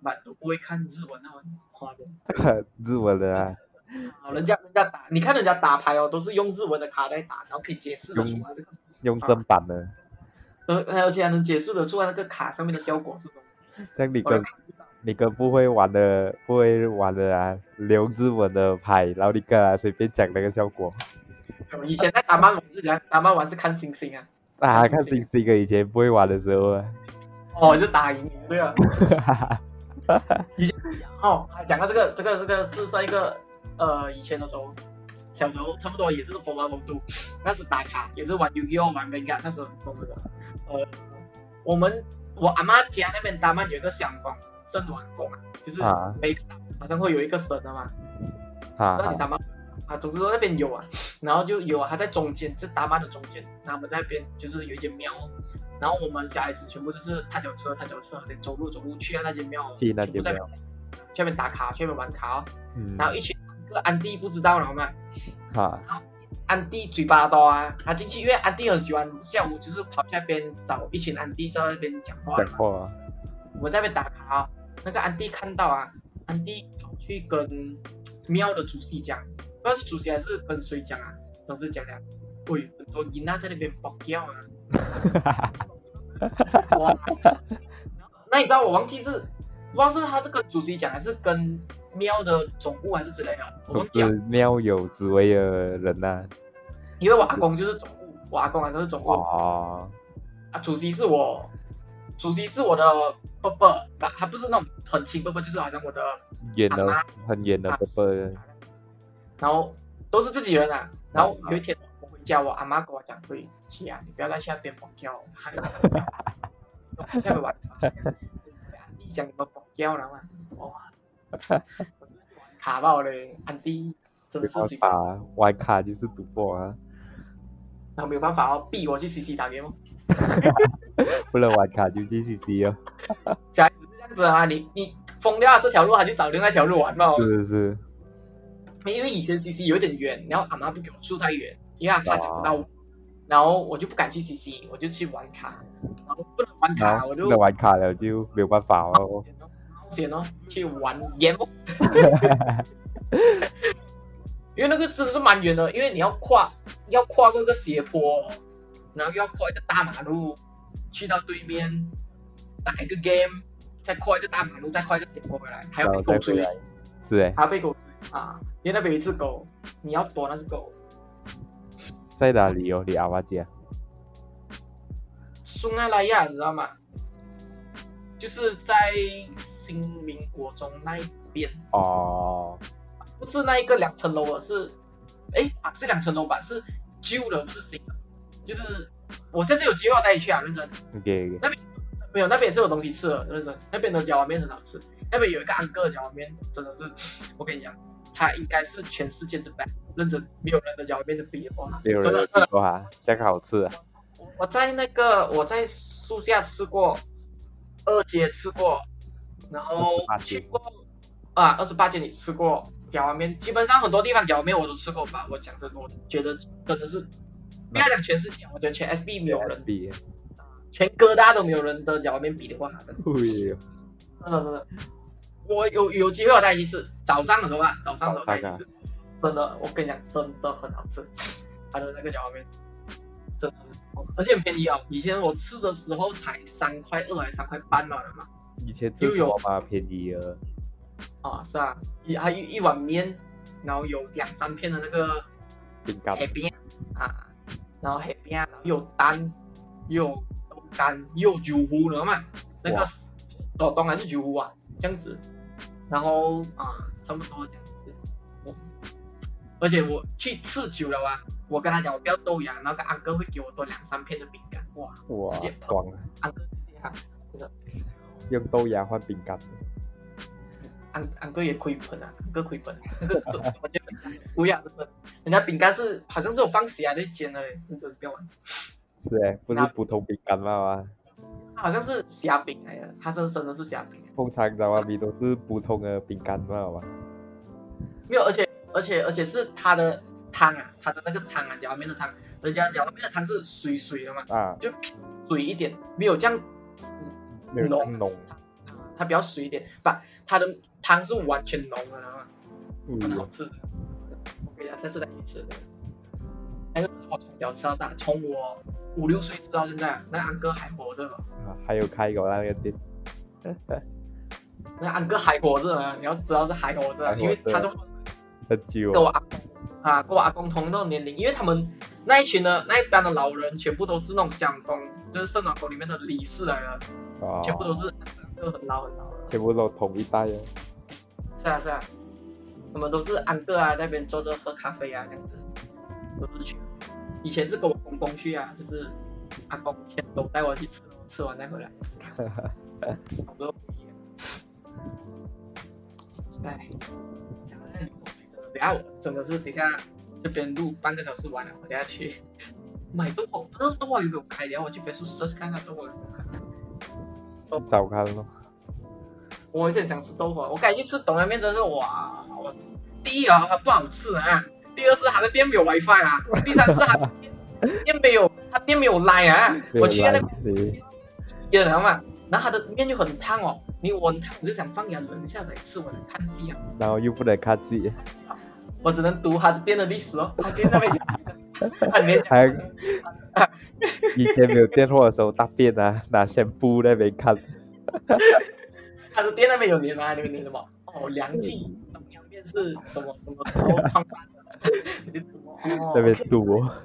Speaker 1: 买都不会看日文那么夸张。
Speaker 2: 日文的啊，
Speaker 1: 啊人家人家打，你看人家打牌哦，都是用日文的卡在打，然后可以解释得出来这个，
Speaker 2: 用正版
Speaker 1: 啊
Speaker 2: 的，
Speaker 1: 而而且还能解释得出来那个卡上面的效果是什么。
Speaker 2: 这样你
Speaker 1: 我都
Speaker 2: 跟
Speaker 1: 看不到。
Speaker 2: 你跟不会玩的不会玩的啊，留日文的牌，然后你跟啊随便讲那个效果
Speaker 1: 以前在打漫玩是怎样？打漫玩是看星星啊。
Speaker 2: 啊，
Speaker 1: 看
Speaker 2: 看
Speaker 1: 星
Speaker 2: 星星跟以前不会玩的时候啊，
Speaker 1: 哦，就打赢你，对啊。
Speaker 2: 哈哈 哈，
Speaker 1: 哦，讲到这个，这个这个是算一个呃，以前的时候，小时候差不多也是疯玩疯度，那时打卡也是玩 UGO 玩 v e n g a 那时候很疯的。呃，我们我阿妈家那边达曼有一个相公圣王宫啊，就是
Speaker 2: 啊
Speaker 1: 每个岛好像会有一个神的嘛，
Speaker 2: 哈
Speaker 1: 那你
Speaker 2: 哈，
Speaker 1: 达曼啊，总之那边有啊，然后就有啊，他在中间，就达曼的中间，然后我们在那边就是有一间庙哦，然后我们小孩子全部就是踏脚车、踏脚车，得走路走路去啊那间庙哦，
Speaker 2: 去那
Speaker 1: 全部
Speaker 2: 间
Speaker 1: 在
Speaker 2: 庙，
Speaker 1: 去那边打卡，去那边玩卡哦，
Speaker 2: 嗯，
Speaker 1: 然后一群个安迪不知道了嘛，
Speaker 2: 哈
Speaker 1: 安迪嘴巴多啊，他进去，因为安迪很喜欢下午就是跑去那边找一群安迪在那边讲话
Speaker 2: 讲
Speaker 1: 嘛，
Speaker 2: 话
Speaker 1: 我在那边打卡哦，那个安迪看到啊，安迪跑去跟庙的主席讲，不知道是主席还是跟谁讲啊，总之讲讲，喂，很多囡仔在那边跑掉啊，
Speaker 2: 啊，
Speaker 1: 哇， 那你知道我忘记是，不知道是他是跟主席讲还是跟庙的总务还是之类的，我
Speaker 2: 总
Speaker 1: 忘记啊了
Speaker 2: 之，妙有紫薇的人啊呐，
Speaker 1: 因为我阿公就是总务，我阿公好像是总务、
Speaker 2: 哦，
Speaker 1: 啊，主席是我，主席是我的伯伯，他他不是那种很亲伯伯，就是好像我的，
Speaker 2: 远的
Speaker 1: 啊
Speaker 2: 很远的
Speaker 1: 啊
Speaker 2: 伯伯，
Speaker 1: 然后都是自己人啊。然后有一天我回家，我阿妈跟我讲，对，琪啊，你不要再去那边绑掉，害我下面玩，啊你讲你们绑掉了嘛？哇，我真是玩卡爆嘞，安迪真的是
Speaker 2: 玩
Speaker 1: 最，然
Speaker 2: 卡玩卡就是赌博啊，
Speaker 1: 后没有办法哦，逼我去 CC 打 game 哦。
Speaker 2: 不能玩卡就去 CC 哦，
Speaker 1: 小孩子是这样子啊，你你疯掉了这条路，他就找另外一条路玩嘛。哦
Speaker 2: 是不是？
Speaker 1: 因为以前 CC 有点远，然后阿妈不给我住太远，因为她怕找不到我，然后我就不敢去 CC，我就去玩卡，然后不能玩
Speaker 2: 然
Speaker 1: 卡，啊
Speaker 2: 后
Speaker 1: 我
Speaker 2: 不
Speaker 1: 就
Speaker 2: 能玩卡了就没有办法 哦，
Speaker 1: 冒险哦，去玩 game，哦因为那个真的是蛮远的，因为你要跨要跨过一个斜坡，然后又要跨一个大马路，去到对面打一个 game，再跨一个大马路，再跨一个斜坡回来，还
Speaker 2: 然
Speaker 1: 要
Speaker 2: 后
Speaker 1: 被狗
Speaker 2: 呃再回
Speaker 1: 追。
Speaker 2: 来，是哎，
Speaker 1: 啊，被狗追啊！因为那边有一只狗，你要躲那只狗。
Speaker 2: 在哪里哦？你阿妈家
Speaker 1: 苏奈拉亚，你知道吗？就是在新民国中那一边，
Speaker 2: 哦，
Speaker 1: 不是那一个两层楼的，是，哎，啊，是两层楼吧？是旧的，不是新的。就是我下次有机会我带你去啊，认真。
Speaker 2: 给
Speaker 1: 没有，那边也是有东西吃的，认真。那边的饺碗面很好吃，那边有一个安哥的饺碗面，真的是，我跟你讲，它应该是全世界的 best，认真，没有人的饺碗面的比得过它。
Speaker 2: 没有
Speaker 1: 真的
Speaker 2: 人有
Speaker 1: 真的
Speaker 2: 听过啊，这个好吃啊，
Speaker 1: 我我在那个我在树下吃过，二街吃过，然后
Speaker 2: 28
Speaker 1: 去
Speaker 2: 街
Speaker 1: 过啊二十八街你吃过饺面，基本上很多地方饺面我都吃过吧。我讲真的，我觉得真的是不要讲全世界，我觉得全 SB 没有人，
Speaker 2: 哎比，
Speaker 1: 全哥大都没有人的咬面比的话，真的
Speaker 2: 对，
Speaker 1: 真的真的。我有有机会我带你去吃，早上的时候啊，早上的时候带你
Speaker 2: 早
Speaker 1: 去
Speaker 2: 上
Speaker 1: 吃，真的，我跟你讲，真的很好吃，它的那个绞面，真的，而且很便宜哦。以前我吃的时候才三块二还是三块半嘛，嘛
Speaker 2: 以前吃
Speaker 1: 又有
Speaker 2: 过嘛，便宜了，
Speaker 1: 啊是啊，一还有一碗面，然后有两三片的那个
Speaker 2: 饼干
Speaker 1: 黑边啊，然后黑边，啊然后又有蛋，又有豆干，又有酒壶，你知道吗？那个
Speaker 2: 哇
Speaker 1: 哦，当然是酒壶啊，这样子，然后啊，差不多这样子。我而且我去吃酒了啊，我跟他讲我不要豆芽，那个安哥会给我多两三片的饼干，哇，
Speaker 2: 哇
Speaker 1: 直接，跑
Speaker 2: 爽啊！
Speaker 1: 安哥直接喊
Speaker 2: 用豆芽换饼干，
Speaker 1: 安安哥也亏本啊，安哥亏本，那个都我觉得 不要的本，人家饼干是好像是有放血啊，就煎的，真的不要玩。
Speaker 2: 是哎，不是
Speaker 1: 那
Speaker 2: 普通饼干嘛嘛，
Speaker 1: 它好像是虾饼来的，它真的真的是虾饼，
Speaker 2: 通常在外面都是普通的饼干嘛嘛，
Speaker 1: 没有，而且而且而且是它的汤啊，它的那个汤啊，凉面的汤，人家凉面的汤是水水的嘛，
Speaker 2: 啊，
Speaker 1: 就偏水一点，没有这样，
Speaker 2: 没有那么
Speaker 1: 浓
Speaker 2: 浓，
Speaker 1: 它比较水一点，不，它的汤是完全浓的嘛，很好
Speaker 2: 嗯，
Speaker 1: 吃的，我跟你讲，下次带你吃的。那个我从小吃到大，从我五六岁吃到现在，那个安哥还活着，
Speaker 2: 啊还有开过那个店，
Speaker 1: 那个安哥还活着啊！你要知道是还活着啊，
Speaker 2: 还活着
Speaker 1: 因为他都
Speaker 2: 很久
Speaker 1: 跟我
Speaker 2: 哦，
Speaker 1: 阿公啊，跟我阿公同那种年龄，因为他们那一群的那一班的老人，全部都是那种乡公，就是圣暖宫里面的理事来的，
Speaker 2: 啊，
Speaker 1: 全部都是就很老很老了。
Speaker 2: 全部都同一啊代的，
Speaker 1: 是啊是啊，他们都是安哥啊那边坐着喝咖啡啊这样子，都是去。以前是跟我公公去啊，就是阿公牵手带我去吃，吃完再回来。我说不一样哎，讲到那里我真的等一下我真的是等一下这边录半个小时完了，我等一下去买豆腐，那豆花有没有开？然后我去别墅试试看看豆花有没有开。
Speaker 2: 早看咯，
Speaker 1: 我有点想吃豆花，我感觉去吃董阳面真是哇，我第一啊它不好吃啊，第二是它的店没有 WiFi 啊，第三是它的店店没有它店没有 line 啊，我去那边
Speaker 2: 边，
Speaker 1: 也知道嘛，然后它的面就很烫哦，你闻烫我就想放眼冷一下来吃，我能看戏啊，
Speaker 2: 然后又不能看戏，
Speaker 1: 我只能读它的店的历史哦，它店那边有它里面讲
Speaker 2: 还以前没有电话的时候大便啊， 拿宣布那边看，
Speaker 1: 哦它的店那边有年吗？那边年什么？哦，梁记董阳面是什么什么时候创办的？ 我就读哦
Speaker 2: 那边
Speaker 1: OK
Speaker 2: 堵哦，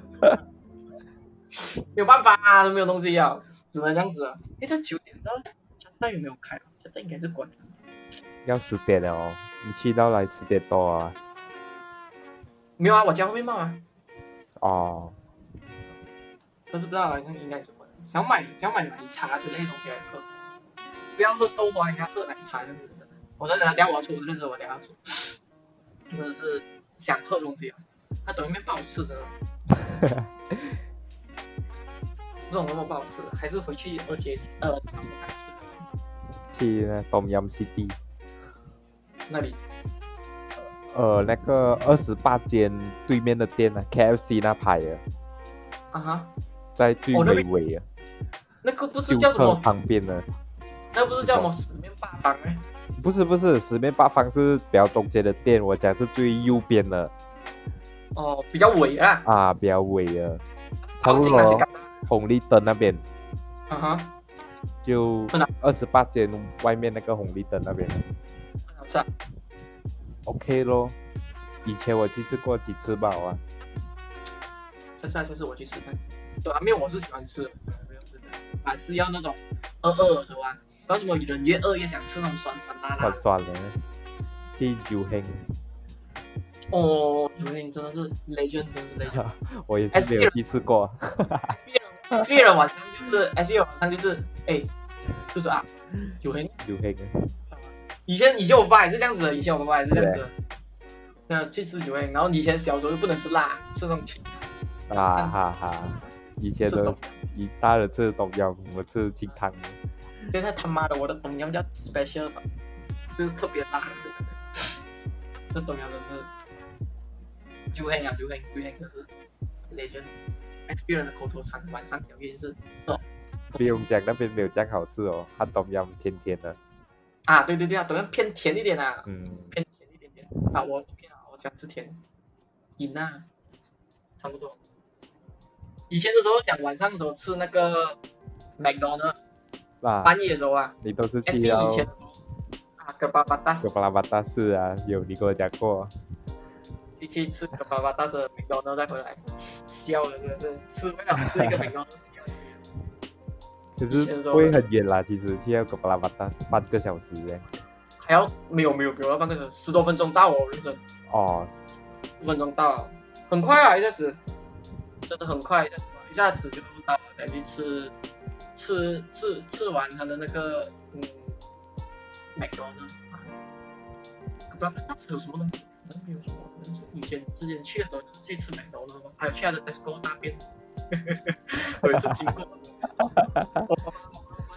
Speaker 1: 没有办法啊，都没有东西啊，只能这样子啊。诶，他九点到，加蛋有没有开啊？加蛋应该是关了。
Speaker 2: 要十点了哦，你去到来十点多啊，
Speaker 1: 没有啊，我家后面卖啊，
Speaker 2: 哦，
Speaker 1: 可是不知道啊，好像应该是关了。想买想买奶茶之类的东西来喝，不要喝豆花，应该喝奶茶这样子。真的我真的，等一下我要出，我认真，我等一下要出。真的是想喝东西啊，它等于面不好吃，真的。 这种那么不好吃，还是回去二姐呃，我来吃
Speaker 2: 去那 Tom Yum City，
Speaker 1: 那里嗯
Speaker 2: 呃，那个二十八间对面的店啊，KFC 那排啊，
Speaker 1: 啊哈，
Speaker 2: 在最
Speaker 1: 哦那
Speaker 2: 尾
Speaker 1: 边
Speaker 2: 尾啊，
Speaker 1: 那个不
Speaker 2: 休
Speaker 1: 是叫什
Speaker 2: 克
Speaker 1: 么？
Speaker 2: 旁边的，
Speaker 1: 那不是叫什么死面霸欸王吗？
Speaker 2: 不是不是，十面八方是比较中间的店，我讲是最右边的
Speaker 1: 哦，比较尾啊，哦
Speaker 2: 啊，比较尾的，差
Speaker 1: 靠
Speaker 2: 不
Speaker 1: 近那些
Speaker 2: 多
Speaker 1: 港。
Speaker 2: 红绿灯那边。
Speaker 1: 啊哈，
Speaker 2: 就
Speaker 1: 不能
Speaker 2: 二十八间外面那个红绿灯那边
Speaker 1: 是啊，
Speaker 2: ，OK 咯。以前我去吃过几次吧，啊，
Speaker 1: 下次啊下次我去吃饭。对啊，面我是喜欢吃的，没有吃还是要那种饿饿的时候啊，不要什么人越饿越想吃那种酸酸 辣辣
Speaker 2: 算
Speaker 1: 的。
Speaker 2: 算了，去酒兴，
Speaker 1: 哦，昨天真的是 legend，真的是 legend。
Speaker 2: 我也是没有去吃过。
Speaker 1: S B 人 S B 人晚上就是 S B 人晚上就是哎，就是啊，有很
Speaker 2: 酒兴，
Speaker 1: 以前以前我爸也是这样子的，以前我爸也是这样子的。那去吃酒宴，然后你以前小时候就不能吃辣，吃那种清
Speaker 2: 啊哈哈，以前
Speaker 1: 吃
Speaker 2: 的
Speaker 1: 懂。
Speaker 2: 以大人吃东阳，我吃清汤。
Speaker 1: 现在他妈的我的董阳叫 special，吧就是特别辣的。这董阳真是，就黑啊，就黑，就黑，真是 legend。 Max 别人的口头禅晚上小月就是
Speaker 2: 不用讲那边没有这样好吃哦，汉东阳甜甜的，
Speaker 1: 啊，对对对啊，等下偏甜一点啊，
Speaker 2: 嗯，
Speaker 1: 偏甜一点点啊，我偏啊，我想吃甜，饮啊，差不多。以前的时候讲晚上的时候吃那个 McDonald，
Speaker 2: 那、
Speaker 1: 半夜的时候啊
Speaker 2: 你都是
Speaker 1: ，S
Speaker 2: 去
Speaker 1: B
Speaker 2: 到
Speaker 1: 以前的时候啊，格巴巴大
Speaker 2: 哥
Speaker 1: 斯
Speaker 2: 巴拉巴达市啊，有你跟我讲过，
Speaker 1: 去去吃格巴巴大斯的 McDonald 再回来，笑了真的是，吃为了吃一个 McDonald 笑了。
Speaker 2: 可
Speaker 1: 以
Speaker 2: 是
Speaker 1: 前的时
Speaker 2: 不
Speaker 1: 候
Speaker 2: 会很远啦，其实去到哥巴拉巴达是半个小时耶，
Speaker 1: 还要没有没有没有要半个小时，十多分钟到哦，认真，
Speaker 2: 哦，
Speaker 1: 十分钟到了，很快啊，一下子，真的很快，一下子一下子就到了，再去吃吃吃吃完他的那个嗯麦当呢，不知道当时有什么东西，可能没有什么，可能是以前之前去的时候就是去吃麦当劳嘛，还有去他的 Tesco 那 边，有一次经过。我爸爸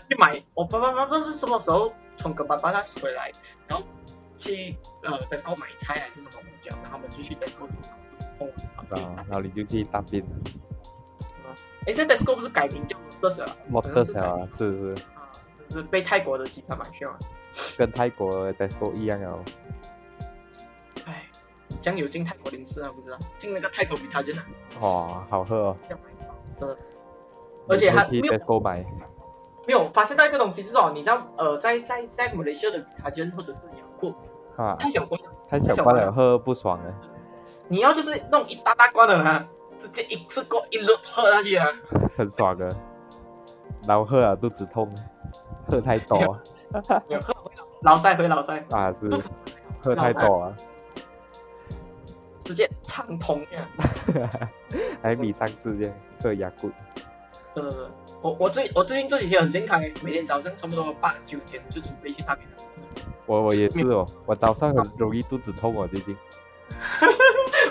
Speaker 1: 去买，我爸爸妈妈不知道是什么时候从哥巴巴那回来，然后去呃 Tesco 买菜还是什么东西啊，然后他们就去 Tesco 地方碰
Speaker 2: 啊，然后你就去大 便
Speaker 1: 哎，现在 Tesco 不是改名叫 Lotus 了？
Speaker 2: m o
Speaker 1: 好像
Speaker 2: t e
Speaker 1: 是
Speaker 2: s 啊，是
Speaker 1: 啊，就是被泰国的集团买去嘛。
Speaker 2: 是跟泰国的 Tesco 一样哦，
Speaker 1: 哎，将有进泰国零食啊，不知道进那个泰国比他真的
Speaker 2: 哇，好喝哦，
Speaker 1: 要买到，真的。而且还
Speaker 2: 你
Speaker 1: 没
Speaker 2: 会去
Speaker 1: 有
Speaker 2: Tesco 买，
Speaker 1: 没有发现到一个东西，就是哦，你知道呃，在在在马来西亚的比他真或者是雅库，
Speaker 2: 哈，
Speaker 1: 太小罐了，
Speaker 2: 太小
Speaker 1: 小
Speaker 2: 罐
Speaker 1: 罐
Speaker 2: 了，
Speaker 1: 了
Speaker 2: 喝不爽啊，
Speaker 1: 你要就是弄一大大罐的啦，啊直接一次过一路喝下去啊。
Speaker 2: 很爽的，然后喝了肚子痛，喝太多 啊
Speaker 1: 没有喝回老塞回老塞，
Speaker 2: 啊，是
Speaker 1: 肚子
Speaker 2: 喝太多啊，
Speaker 1: 直接畅通呀。
Speaker 2: 还比上次这样喝牙骨，
Speaker 1: 真的真的，呃我我最我最近这几天很健康诶，每天早上差不多八九点就准备去大便了。真的
Speaker 2: 我我也是哦，我早上很容易肚子痛哦，最近，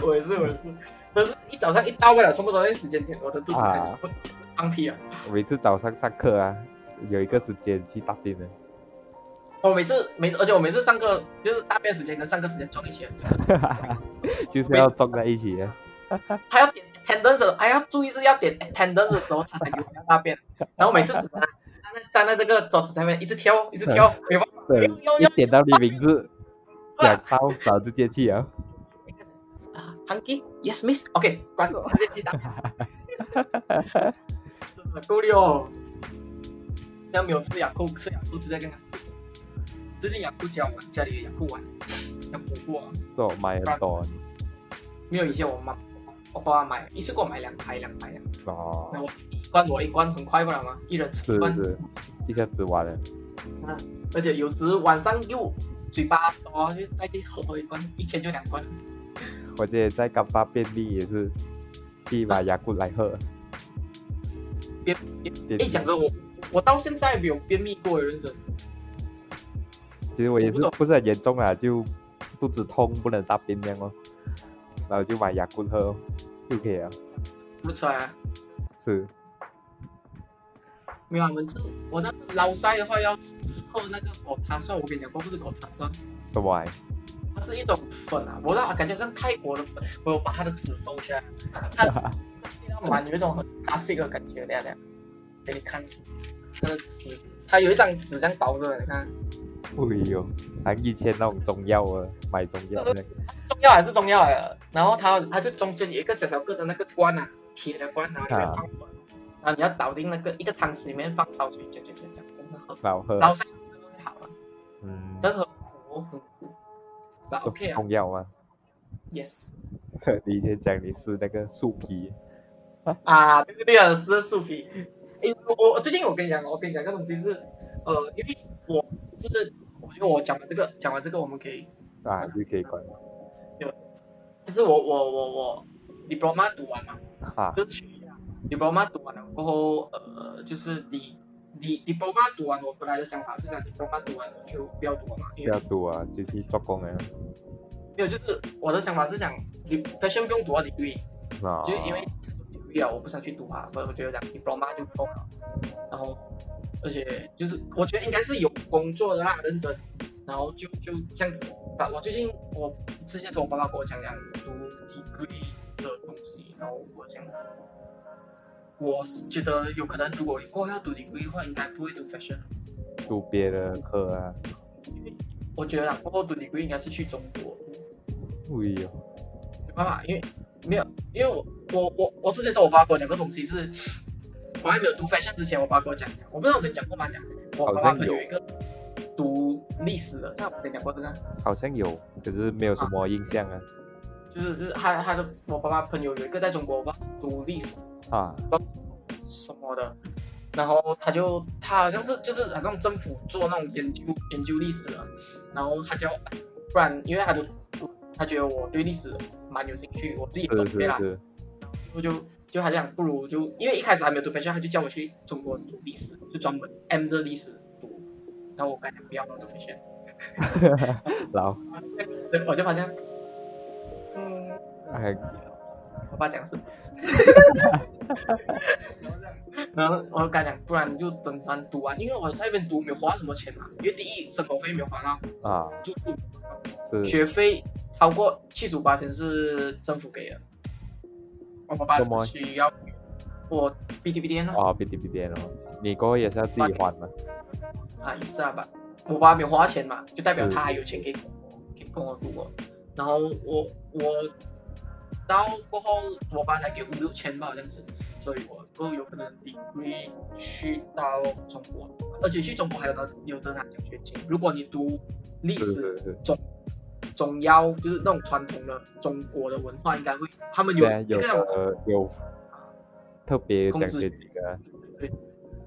Speaker 1: 我也是，我也是。但是一早上一到位了，差不多那个哎时间点，我的肚子开始
Speaker 2: 啊
Speaker 1: 会放屁啊！
Speaker 2: 每次早上上课啊，有一个时间去大便的，
Speaker 1: 我每次每次，而且我每次上课就是大便时间跟上课时间撞一起，
Speaker 2: 就是要撞在一起的，
Speaker 1: 还要点 attendance，的时候还要注意是要点 attendance 的时候，他才给我尿大 便。然后每次只能站在站在这个桌子上面一直挑一直挑，没办法，
Speaker 2: 嗯对
Speaker 1: 要要，
Speaker 2: 一
Speaker 1: 要
Speaker 2: 点到你名字，
Speaker 1: 是啊
Speaker 2: 想到早直接去啊，
Speaker 1: 啊，Hunky yes miss OK 关了，直接去打。真的够力哦！现在没有吃雅库，吃雅库直接跟他撕。最近雅库教我家里的雅库丸要补货，啊
Speaker 2: 这我买很多
Speaker 1: 没有以前我妈我爸妈买一次给我买两排两排两排，那
Speaker 2: 哦，
Speaker 1: 我一罐我一罐很快不了吗？一人吃
Speaker 2: 是
Speaker 1: 一罐，
Speaker 2: 是，一下子完了，
Speaker 1: 而且有时晚上又嘴巴多，就再去喝一罐，一天就两罐。
Speaker 2: 我之前在干巴便利也是去买牙骨来喝，
Speaker 1: 别
Speaker 2: 便
Speaker 1: 哎，
Speaker 2: 利
Speaker 1: 讲真我我到现在没有便秘过，认真。
Speaker 2: 其实我也
Speaker 1: 我
Speaker 2: 是
Speaker 1: 不懂
Speaker 2: 不是很严重啦，就肚子痛不能大便这样咯，然后就买牙骨喝哦就可以了。
Speaker 1: 不出来、啊。
Speaker 2: 是
Speaker 1: 没有，啊，我们这我那老塞的话要喝那个果糖酸，我跟你讲过不是果糖酸，
Speaker 2: 什么来？
Speaker 1: 它是一种粉啊，我那感觉像泰国的粉，我有把它的籽收起来，它蛮有一种很 classic 的感觉，亮亮，给你看，它的籽，它有一张纸这样包着的，你看，
Speaker 2: 哎呦，还以前那种中药啊，买中药那样
Speaker 1: 中药还是中药来的，然后它它就中间有一个小小个的那个罐啊，铁的罐，然后里面放粉，然后你要倒进那个一个汤匙里面放烧水，搅搅搅搅，然后喝，
Speaker 2: 然后喝，
Speaker 1: 老塞好了。
Speaker 2: 嗯，
Speaker 1: 但是很苦，很苦。那 OK à? 啊
Speaker 2: 中药吗？
Speaker 1: ，Yes
Speaker 2: 你以前讲你是那个树皮，
Speaker 1: 啊，对对对啊，是树皮。诶，我我最近我跟你讲，我跟你讲个东西是，呃，因为我是我觉得我讲完这个，讲完这个我们可以，
Speaker 2: 啊，就可以管了。
Speaker 1: 就是我我我我 diploma 读完嘛，
Speaker 2: 哈，
Speaker 1: 就去啊 diploma 读完了过后，呃，就是你你 diploma 读完，我本来的想法是想 diploma 读完我就不要读了嘛，
Speaker 2: 不
Speaker 1: 因为
Speaker 2: 要读啊，就去做工啊。
Speaker 1: 没有就是我的想法是想你 fashion 不用读到 degree。
Speaker 2: 啊，
Speaker 1: 就是因为无聊，我不想去读啊，我我觉得讲 diploma 就够了。然后，而且就是我觉得应该是有工作的啦，认真。然后就就这样子。把我最近我之前从我爸爸跟我讲讲读 degree 的东西，然后我进来。我是觉得有可能，如果以后要读 degree 的话，应该不会读 fashion，
Speaker 2: 读啊别的课啊。
Speaker 1: 因为我觉得啦，过后读 degree 应该是去中国，
Speaker 2: 哎呦，
Speaker 1: 没办法，因为没有，因为我我我我之前说我爸跟我讲个东西是，我还没有读 fashion 之前，我爸跟我讲，我不知道我跟你讲过吗？讲，我
Speaker 2: 好
Speaker 1: 爸
Speaker 2: 像
Speaker 1: 爸朋友
Speaker 2: 有
Speaker 1: 一个读历史的，像我跟你讲过这个。
Speaker 2: 好像有，可是没有什么印象啊。
Speaker 1: 就是就是他他的我爸爸朋友有一个在中国吧读历史
Speaker 2: 啊，
Speaker 1: 什么的，然后他就他好像是就是好像政府做那种研究研究历史的，然后他就不然因为他就他觉得我对历史蛮有兴趣，我自己也
Speaker 2: 是
Speaker 1: 准备
Speaker 2: 是
Speaker 1: 啦，
Speaker 2: 是，
Speaker 1: 我就就他讲不如就因为一开始还没有读本校，他就叫我去中国读历史，就专门 M 的历史读，然后我感觉不要了读本校。
Speaker 2: 然后
Speaker 1: 我就发现，嗯，
Speaker 2: 还
Speaker 1: 我爸讲是，然后我就跟他讲，不然你就等完读啊完，因为我在那边读没有花什么钱嘛，因为第一生活费没有花到，
Speaker 2: 啊
Speaker 1: 住宿
Speaker 2: 是
Speaker 1: 学费超过七十五八千是政府给的，我爸爸
Speaker 2: 什么
Speaker 1: 只需要我哔哩哔哩呢
Speaker 2: 哦，哔哩哔哩哦，你哥也是要自己还吗？
Speaker 1: 啊一次啊吧，我爸没有花钱嘛，就代表
Speaker 2: 是
Speaker 1: 他还有钱给我，给跟我付我，然后我我到过后我爸才给五六千吧，好像是，所以我都有可能 degree 去到中国，而且去中国还有的有的拿奖学金，如果你读历
Speaker 2: 是
Speaker 1: 史
Speaker 2: 是是，
Speaker 1: 中药，就是那种传统的中国的文化，应该会他们有
Speaker 2: 对啊，
Speaker 1: 一
Speaker 2: 有
Speaker 1: 个那种
Speaker 2: 呃有特别
Speaker 1: 控
Speaker 2: 奖
Speaker 1: 制
Speaker 2: 学金的，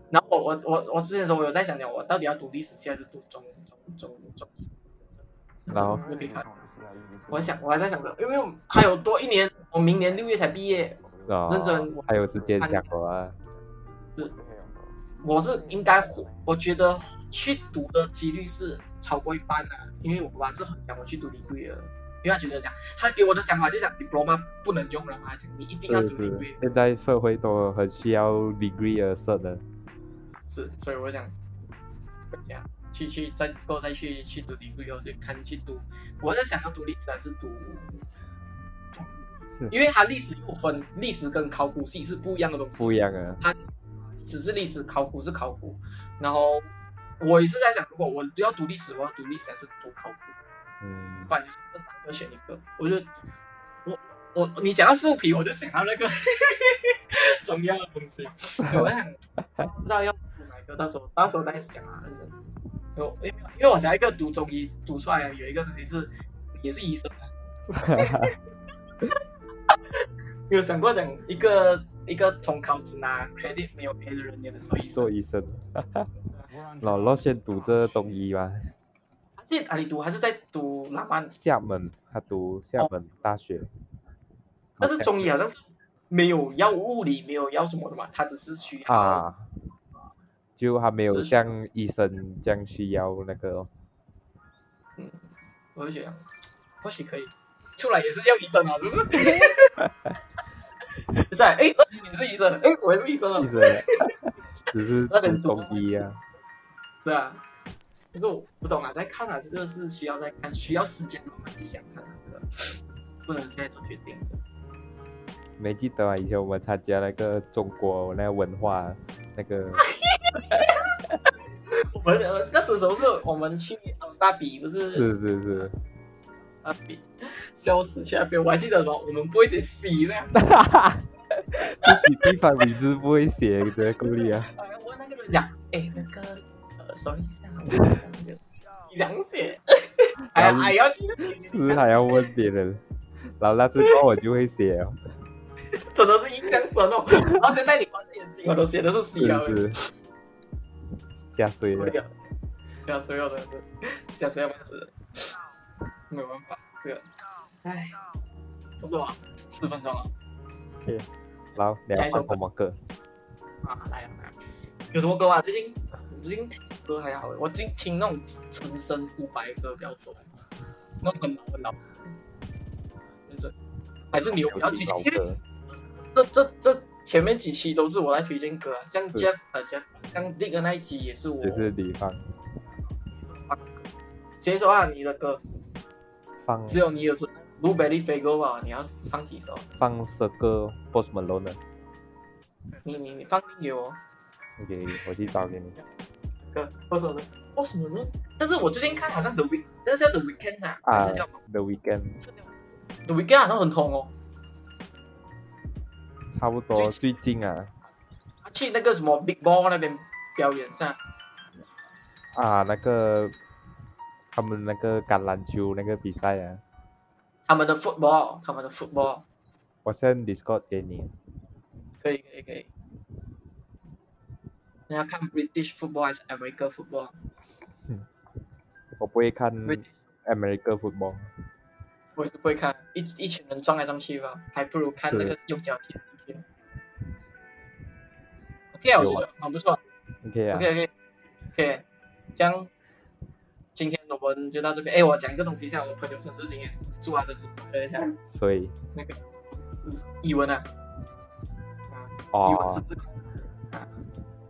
Speaker 1: 然后我我我我之前的时候，我有在想讲，我到底要读历史系还是读中中中中医？
Speaker 2: 然后
Speaker 1: 我给他，我想我还在想着，因为我还有多一年，我明年六月才毕业，
Speaker 2: 哦
Speaker 1: 认真我
Speaker 2: 还有时间想我啊，
Speaker 1: 我是应该会，我觉得去读的几率是超过一半的、因为我爸是很想我去读理工的，因为他觉得讲，他给我的想法就讲 diploma 不能用了嘛，讲你一定要
Speaker 2: 是
Speaker 1: 读理工，
Speaker 2: 是，现在社会都很需要 degree 而设的，
Speaker 1: 是，所以我讲，我讲去去再过后再去去读理工，我就看去读，我在想要读历史还是读
Speaker 2: 是，
Speaker 1: 因为它历史又分历史跟考古系是不一样的东西。
Speaker 2: 不一样啊，
Speaker 1: 它只是历史考古是考古，然后我也是在想，如果我要读历史，我要读历史还是读考古？
Speaker 2: 嗯
Speaker 1: 不，然就是这三个选一个。我就我我你讲到树皮，我就想到那个 中药的东西，我在想不知道要读哪一个，到时候到时候再想啊。反正有因为因为我想要一个读中医读出来的有一个肯定是也是医生啊。有想过讲一个一个统考只拿 credit 没有 A 的人也能做医生
Speaker 2: 做？医生，老罗先读这中医吧，
Speaker 1: 他是哪里读？还是在读哪班？
Speaker 2: 厦门他读厦门大学，
Speaker 1: 但是中医好像是没有要物理，没有要什么的嘛，他只是需要、
Speaker 2: 啊，就还没有
Speaker 1: 是
Speaker 2: 像医生这样需要那个哦
Speaker 1: 我就觉得或许可以，出来也是叫医生啊，是不是？ 是啊，哎，而且你是医生，哎，我也是医生
Speaker 2: 医
Speaker 1: 啊，
Speaker 2: 生， 只是
Speaker 1: 那你
Speaker 2: 读
Speaker 1: 读
Speaker 2: 中医啊，
Speaker 1: 是啊。可是我不懂啊，在看啊，这个是需要再看，需要时间慢慢去想看啊，这个不能现在做决定。
Speaker 2: 没记得啊，以前我们参加那个中国那个文化那个
Speaker 1: 我们呃那时候是我们去奥斯大比，不 是
Speaker 2: 是是是，
Speaker 1: 啊，比笑死去那边，我还记得什么，我们不会写 C 这样。
Speaker 2: 自己地方名字不会写的够力啊，
Speaker 1: 哎我问那个人讲，哎，那个呃，手一下，我看那个凉血， 哎呀，还要去死，
Speaker 2: 是还要问别人，然后那次过我就会写哦，
Speaker 1: 真的是印象深哦。然后现在你关着眼睛，我都写的是 C 啊，
Speaker 2: 是是，吓水
Speaker 1: 我
Speaker 2: 了，
Speaker 1: 的，吓所有的，吓所有的子，没有办法，这个，哎，差不多啊，四分钟了
Speaker 2: 然后聊放什么歌？
Speaker 1: 啊，来啊来啊，有什么歌啊？最近最近听歌还好，我最近听那种陈升独白歌比较多，那种很老很老，认真，还是你有比较推荐
Speaker 2: 老？
Speaker 1: 因为
Speaker 2: 歌，
Speaker 1: 这这这前面几期都是我来推荐歌、啊，像
Speaker 2: 是
Speaker 1: Jeff 呃 Jeff 像 Dick 的那一集也是我
Speaker 2: 也是地方
Speaker 1: 放歌。谁说啊？你的歌
Speaker 2: 放
Speaker 1: 只有你有这， Blueberry Fago 啊，你要放几首？
Speaker 2: 放十个 Post Malone 的，
Speaker 1: 你你你放给我。
Speaker 2: 你给我去找给你。
Speaker 1: 哥，或者是为什么呢？但是我最近看好像 The Week，那叫 The Weekend 啊，
Speaker 2: 啊
Speaker 1: 还是叫
Speaker 2: The Weekend
Speaker 1: 是叫 The Weekend 好像很红哦。
Speaker 2: 差不多最近啊
Speaker 1: 他去那个什么 Big Ball 那边表演噻，
Speaker 2: 啊那个他们那个橄榄球那个比赛啊，
Speaker 1: 他们的 football，他们的 football
Speaker 2: 我 send Discord 给你。
Speaker 1: 可以可以可以。你要看 British football 还是 American football？British、
Speaker 2: 我不会看 American football，
Speaker 1: 我也是不会看，一一群人撞来撞去吧，还不如看那个
Speaker 2: 是
Speaker 1: 用脚踢来踢去。OK 啊，我觉得很不错。
Speaker 2: OK 啊
Speaker 1: OK OK OK，这样今天我们就到这边。哎，我讲一个东西一下，我朋友生日今天，祝他生日快乐一下。
Speaker 2: 所以
Speaker 1: 译文啊，啊，译文
Speaker 2: 哦
Speaker 1: 生，日快乐啊！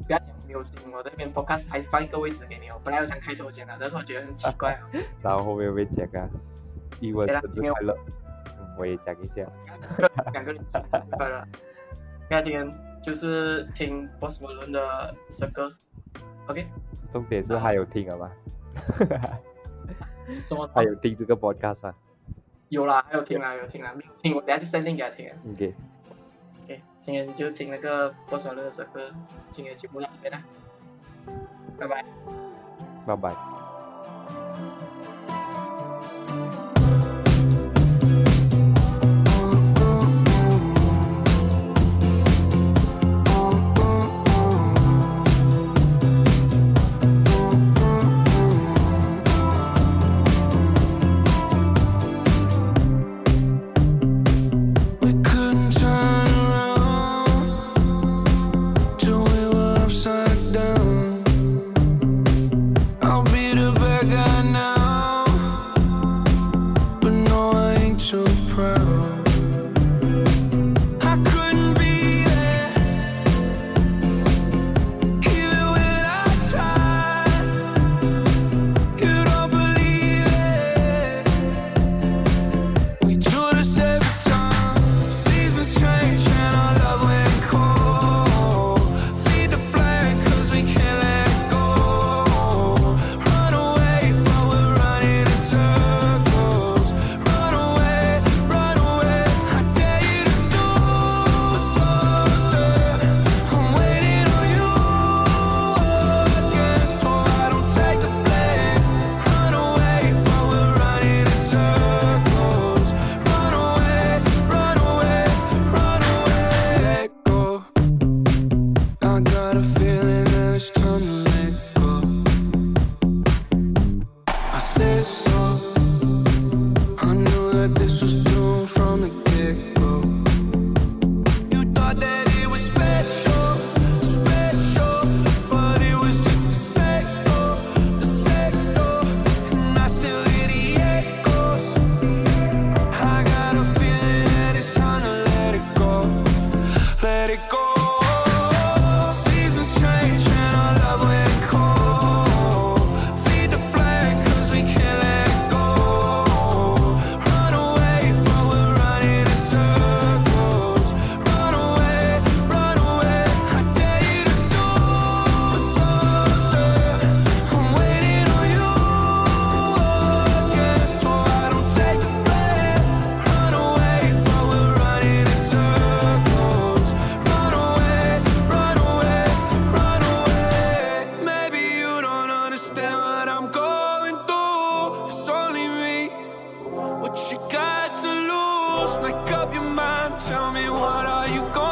Speaker 1: 不要讲流行，我这边 Podcast 还放一个位置给你哦。本来我想开头讲的，但是我觉得很奇怪啊。
Speaker 2: 然后后面会讲啊，一文
Speaker 1: 对啦
Speaker 2: 生日
Speaker 1: 没有
Speaker 2: 快乐，嗯我也讲一下。
Speaker 1: 两个人生日快乐。那今天就是听 Boss Malone 的 Circles，OK？、
Speaker 2: 重点是还有听了吗？
Speaker 1: 什么？
Speaker 2: 还有听这个 podcast 吗
Speaker 1: 有啦，还有听啦，有听啦，没有听我等下去 send link 给他听啊。
Speaker 2: ？OK，
Speaker 1: OK，今天就听那个波索勒的这歌，今天节目到这边了，拜拜。
Speaker 2: 拜拜。
Speaker 4: We couldn't turn around till we were upside down. I'll be the bad guy now, but no, I ain't so proud. I couldn't be there even when I tried. You don't believe it. We do this every time. Seasons change and our love went cold. Feed the flame 'cause we can't let go. Run away, but we're running in circles. Run away, run away. I dare you to do something. I'm waiting on you again, so I don't take the blame. Run away, but we're running in circles. Run away, run away, run away, let go. I got a feeling that it's time to let go. I said so. I knew that this was doomed from the get go. You thought that it was special, special, but it was just a sex door, the sex door, and I still hear the echoes. I got a feeling that it's time to let it go, let it go. Seasons change and our love went cold. Feed the flame 'cause we can't let go. Run away, but we're running in circles. Run away, run away. I dare you to do something. I'm waiting on you again, so I don't take the blame. Run away, but we're running in circles. Run away, run away, run away. Maybe you don't understand what I'm going through. It's only me. What you got to lose? Make up your mind. Tell me what are you going